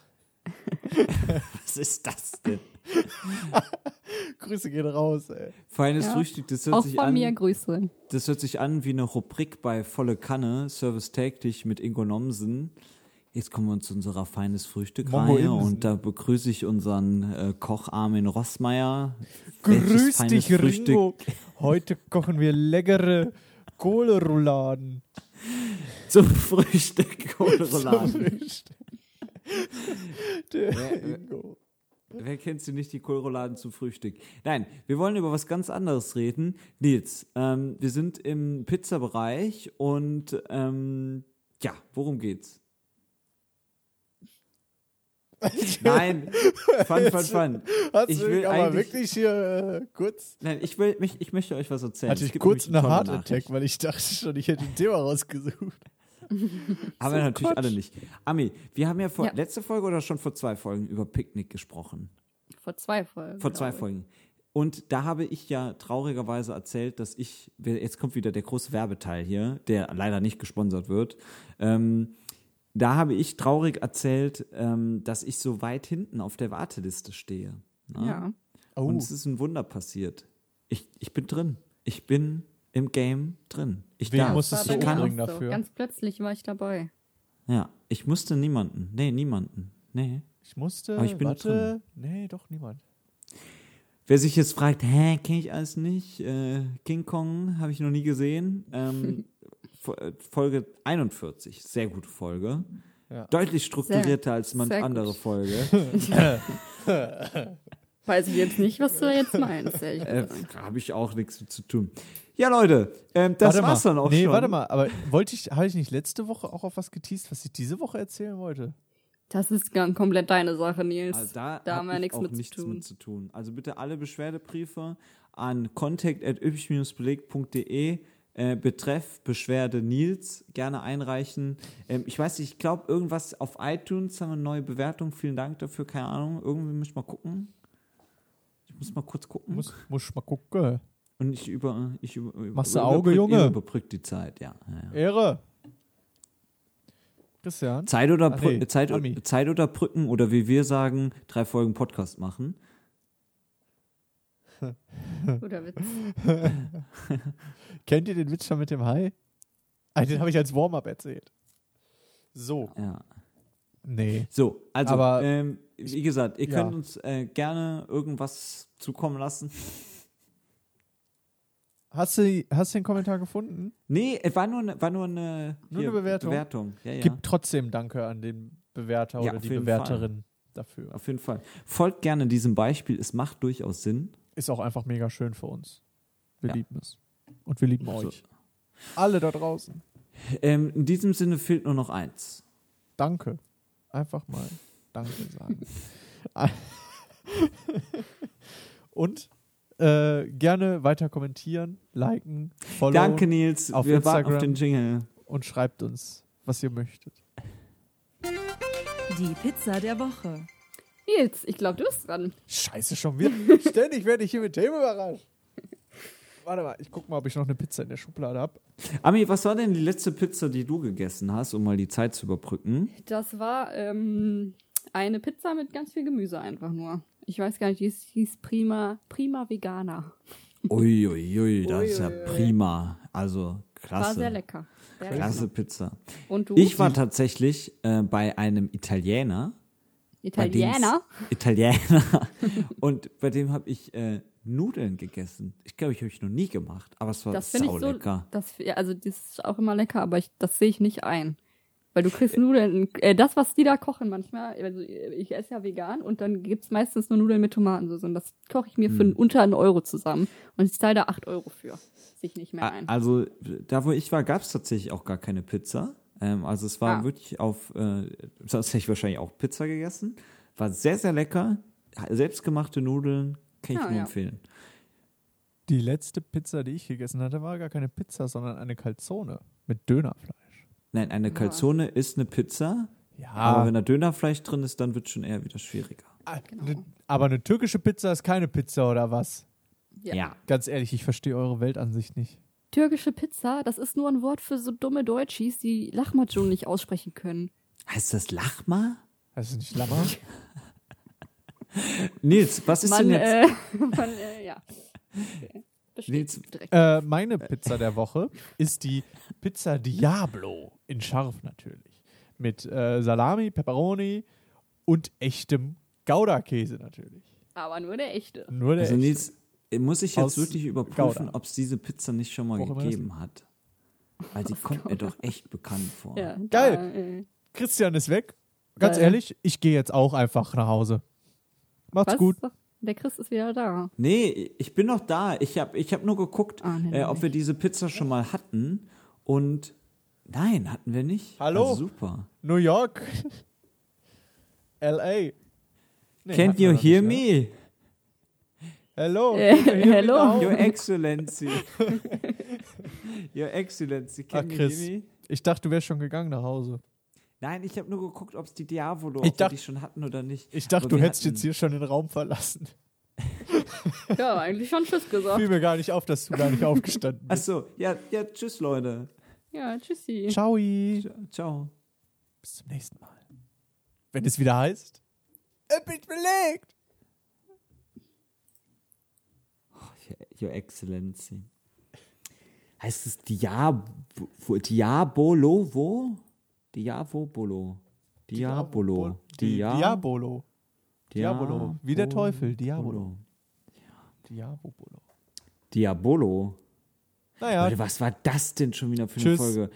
S8: Was ist das denn?
S2: Grüße gehen raus, ey.
S8: Feines
S7: Ja.
S8: Frühstück, das hört
S7: Auch
S8: sich
S7: von
S8: an.
S7: mir Grüße.
S8: Das hört sich an wie eine Rubrik bei Volle Kanne, Service täglich mit Ingo Nomsen. Jetzt kommen wir zu unserer feines
S2: Mongo
S8: Frühstück-Reihe
S2: Imsen.
S8: und da begrüße ich unseren äh, Koch Armin Rossmeier.
S2: Grüß
S8: Welches feines
S2: dich, Ringo. Heute kochen wir leckere Kohlerouladen.
S8: Zum Frühstück. Kohlrouladen.
S2: Der Ingo.
S8: äh, Wer kennt sie nicht, die Kohlrouladen zum Frühstück? Nein, wir wollen über was ganz anderes reden. Nils, ähm, wir sind im Pizzabereich und ähm, ja, worum geht's? Nein, fun, fun, fun.
S2: Hat's
S8: Ich will
S2: aber
S8: eigentlich-
S2: wirklich hier äh, kurz.
S8: Nein, ich, will, mich, ich möchte euch was erzählen.
S2: Hatte
S8: Es
S2: ich
S8: gibt
S2: kurz
S8: nämlich
S2: einen
S8: tolle
S2: Heart
S8: Nachricht.
S2: Attack, weil ich dachte schon, ich hätte ein Thema rausgesucht.
S8: Haben wir natürlich alle nicht. Ami, wir haben ja, vor,
S7: Ja.
S8: letzte Folge oder schon vor zwei Folgen über Picknick gesprochen.
S7: Vor zwei Folgen.
S8: Vor zwei
S7: glaub ich.
S8: Folgen. Und da habe ich ja traurigerweise erzählt, dass ich, jetzt kommt wieder der große Werbeteil hier, der leider nicht gesponsert wird. Ähm, da habe ich traurig erzählt, ähm, dass ich so weit hinten auf der Warteliste stehe. ne?
S7: Ja.
S2: Oh,
S8: Und es ist ein Wunder passiert. Ich, ich bin drin. Ich bin im Game drin. Ich
S2: Wen
S8: darf.
S2: musstest
S8: ich
S2: du
S7: bei mir
S8: kann.
S7: auch
S2: umbringen dafür?
S7: Ganz plötzlich war ich dabei.
S8: Ja, ich musste niemanden. Nee, niemanden. Nee.
S2: Ich musste.
S8: Aber ich bin
S2: warte. Nee, doch niemand.
S8: Wer sich jetzt fragt, hä, kenne ich alles nicht? Äh, King Kong habe ich noch nie gesehen. Ähm, Fo- äh, Folge 41, sehr gute Folge.
S2: Ja.
S8: Deutlich strukturierter als manch
S7: sehr gut.
S8: andere Folge.
S7: Weiß ich jetzt nicht, was du jetzt meinst. ehrlich
S8: äh,
S7: gesagt.
S8: habe ich auch nichts mit zu tun. Ja, Leute, ähm, das
S2: warte
S8: war's
S2: mal.
S8: dann auch
S2: nee,
S8: schon.
S2: warte mal, aber wollte ich, habe ich nicht letzte Woche auch auf was geteased, was ich diese Woche erzählen wollte?
S7: Das ist ganz komplett deine Sache, Nils.
S8: Also da
S7: Da
S8: hab
S7: haben wir
S8: ich
S7: nichts
S8: auch
S7: mit zu
S8: nichts
S7: tun.
S8: mit zu tun. Also bitte alle Beschwerdebriefe an contact.üppig-beleg.de äh, betreff Beschwerde Nils gerne einreichen. Ähm, ich weiß nicht, ich glaube irgendwas auf iTunes haben wir eine neue Bewertung. Vielen Dank dafür, keine Ahnung. Irgendwie muss ich mal gucken. Ich muss mal kurz gucken.
S2: Muss, muss ich mal gucken.
S8: Und ich über, ich über,
S2: Machst du
S8: über-
S2: Auge,
S8: überbrück-
S2: Junge?
S8: Überbrückt die Zeit, ja. ja, ja.
S2: Ehre. Christian?
S8: Zeit oder,
S2: Ah,
S8: Brü
S2: nee,
S8: Zeit,
S2: Ami.
S8: Zeit oder Brücken oder wie wir sagen, drei Folgen Podcast machen.
S7: Oder Witz.
S2: Kennt ihr den Witz schon mit dem Hai? Ah, den habe ich als Warm-up erzählt. So.
S8: Ja.
S2: Nee.
S8: So, also,
S2: Aber-
S8: ähm, wie gesagt, ihr
S2: Ja.
S8: könnt uns äh, gerne irgendwas zukommen lassen.
S2: Hast du, hast du den Kommentar gefunden?
S8: Nee, es war nur, ne- war nur eine,
S2: Nur eine Bewertung?
S8: Bewertung. Ja, ja.
S2: Gib trotzdem Danke an den Bewerter
S8: Ja,
S2: oder
S8: auf
S2: die
S8: jeden
S2: Bewerterin dafür.
S8: Auf jeden Fall. Folgt gerne diesem Beispiel, es macht durchaus Sinn.
S2: Ist auch einfach mega schön für uns. Wir
S8: Ja. Also
S2: lieben es. Und wir lieben
S8: So.
S2: euch. Alle da draußen.
S8: Ähm, in diesem Sinne fehlt nur noch eins.
S2: Danke. Einfach mal Danke sagen. Und äh, gerne weiter kommentieren, liken, follow
S8: Danke, Nils.
S2: auf
S8: Wir warten auf den
S2: Instagram.
S8: Jingle.
S2: und schreibt uns, was ihr möchtet.
S6: Die Pizza der Woche.
S7: Nils, ich glaube, du bist dran.
S2: Scheiße, schon wieder. Ständig werde ich hier mit Themen überrascht. Warte mal, ich guck mal, ob ich noch eine Pizza in der Schublade habe.
S8: Ami, was war denn die letzte Pizza, die du gegessen hast, um mal die Zeit zu überbrücken?
S7: Das war ähm, eine Pizza mit ganz viel Gemüse einfach nur. Ich weiß gar nicht, die hieß- hieß Prima, Prima Vegana.
S8: Uiuiui, das ist ja prima. Also,
S7: War sehr
S8: klasse.
S7: lecker. Sehr
S8: Klasse
S7: lecker.
S8: Pizza.
S7: Und du?
S8: Ich war tatsächlich äh, bei einem Italiener. bei dem's-
S7: Italiener?
S8: Italiener. Und bei dem habe ich äh, Nudeln gegessen. Ich glaube, ich habe ich noch nie gemacht, aber es war
S7: Das finde ich so.
S8: Oh, saulecker.
S7: Das, ja, also, das ist auch immer lecker, aber ich, das sehe ich nicht ein. Weil du kriegst Nudeln. Äh, das, was die da kochen manchmal, also ich esse ja vegan und dann gibt's meistens nur Nudeln mit Tomatensauce. Und das koche ich mir für unter einen Euro zusammen. Und ich zahle da acht Euro für. Sehe ich nicht mehr
S8: A-
S7: ein.
S8: Also, da wo ich war, gab es tatsächlich auch gar keine Pizza. Ähm, also, es war
S7: Ah.
S8: wirklich auf, äh, sonst hätte ich wahrscheinlich auch Pizza gegessen. War sehr, sehr lecker. Selbstgemachte Nudeln kann ich
S7: Ah, Ja,
S8: nur
S7: ja.
S8: empfehlen.
S2: Die letzte Pizza, die ich gegessen hatte, war gar keine Pizza, sondern eine Calzone mit Dönerfleisch.
S8: Nein, eine Calzone ist eine Pizza, aber
S2: Ja,
S8: wenn da Dönerfleisch drin ist, dann wird schon eher wieder schwieriger.
S2: ah, ne- aber eine türkische Pizza ist keine Pizza oder was?
S7: Ja.
S2: Ganz ehrlich, ich verstehe eure Weltansicht nicht.
S7: Türkische Pizza, das ist nur ein Wort für so dumme Deutschis, die Lachmatschon nicht aussprechen können.
S8: Heißt das Lachma?
S2: Das ist nicht Lammer.
S8: Nils, was ist
S7: Man,
S8: denn jetzt?
S7: äh, man, äh, ja. Okay.
S8: Nils-
S7: Bestätigt direkt.
S2: äh, meine Pizza der Woche ist die Pizza Diablo. In scharf natürlich. Mit äh, Salami, Pepperoni und echtem Gouda-Käse natürlich.
S7: Aber nur der echte.
S2: Nur der
S8: Also
S2: echte.
S8: Nils, äh, muss ich jetzt
S2: Aus
S8: wirklich überprüfen,
S2: Gouda.
S8: ob es diese Pizza nicht schon mal
S2: Wo auch immer das
S8: gegeben hat. Weil die kommt mir doch echt bekannt vor.
S7: Ja,
S2: Geil.
S7: Da, äh,
S2: Christian ist weg. Ganz
S7: Geil.
S2: ehrlich, ich gehe jetzt auch einfach nach Hause. Macht's
S7: was?
S2: gut.
S7: Der Chris ist wieder da.
S8: Nee, ich bin noch da. Ich habe ich hab nur geguckt,
S7: Ah, nee,
S8: äh,
S7: nee,
S8: ob wir diese Pizza schon mal hatten. Und nein, hatten wir nicht.
S2: Hallo?
S8: Also super.
S2: New York. L.A. Nee,
S8: Can't
S2: hatten wir
S8: you
S2: noch
S8: hear
S2: nicht, ne?
S8: me,
S2: Hello.
S7: Äh,
S2: can you hear me
S7: hello.
S2: now?
S8: Your Excellency? Your Excellency,
S2: Ach,
S8: can you
S2: Ah, Chris.
S8: hear me?
S2: Ich dachte, du wärst schon gegangen nach Hause.
S8: Nein, ich habe nur geguckt, ob es die Diavolo,
S2: Ich
S8: ob wir
S2: dacht-
S8: die schon hatten oder nicht.
S2: Ich dachte,
S8: Aber
S2: du
S8: wir
S2: hättest
S8: hatten-
S2: jetzt hier schon den Raum verlassen.
S7: Ja, eigentlich schon Tschüss gesagt.
S2: Fiel mir gar nicht auf, dass du gar nicht aufgestanden
S8: Ach
S2: bist.
S8: so, ja, ja, tschüss, Leute.
S7: Ja, tschüssi.
S2: Ciao.
S8: Ciao.
S2: Bis zum nächsten Mal. Wenn es wieder heißt. Epic belegt.
S8: Your Excellency. Heißt es Diabolo? Diabolo? Wo? Diabolo. Diabolo.
S2: Di
S8: Dia-
S2: Diabolo. Diabolo. Wie der Teufel. Diabolo.
S8: Diabolo.
S2: Diabolo.
S8: Diabolo.
S2: Naja,
S8: Leute, was war das denn schon wieder für
S2: Tschüss.
S8: eine Folge?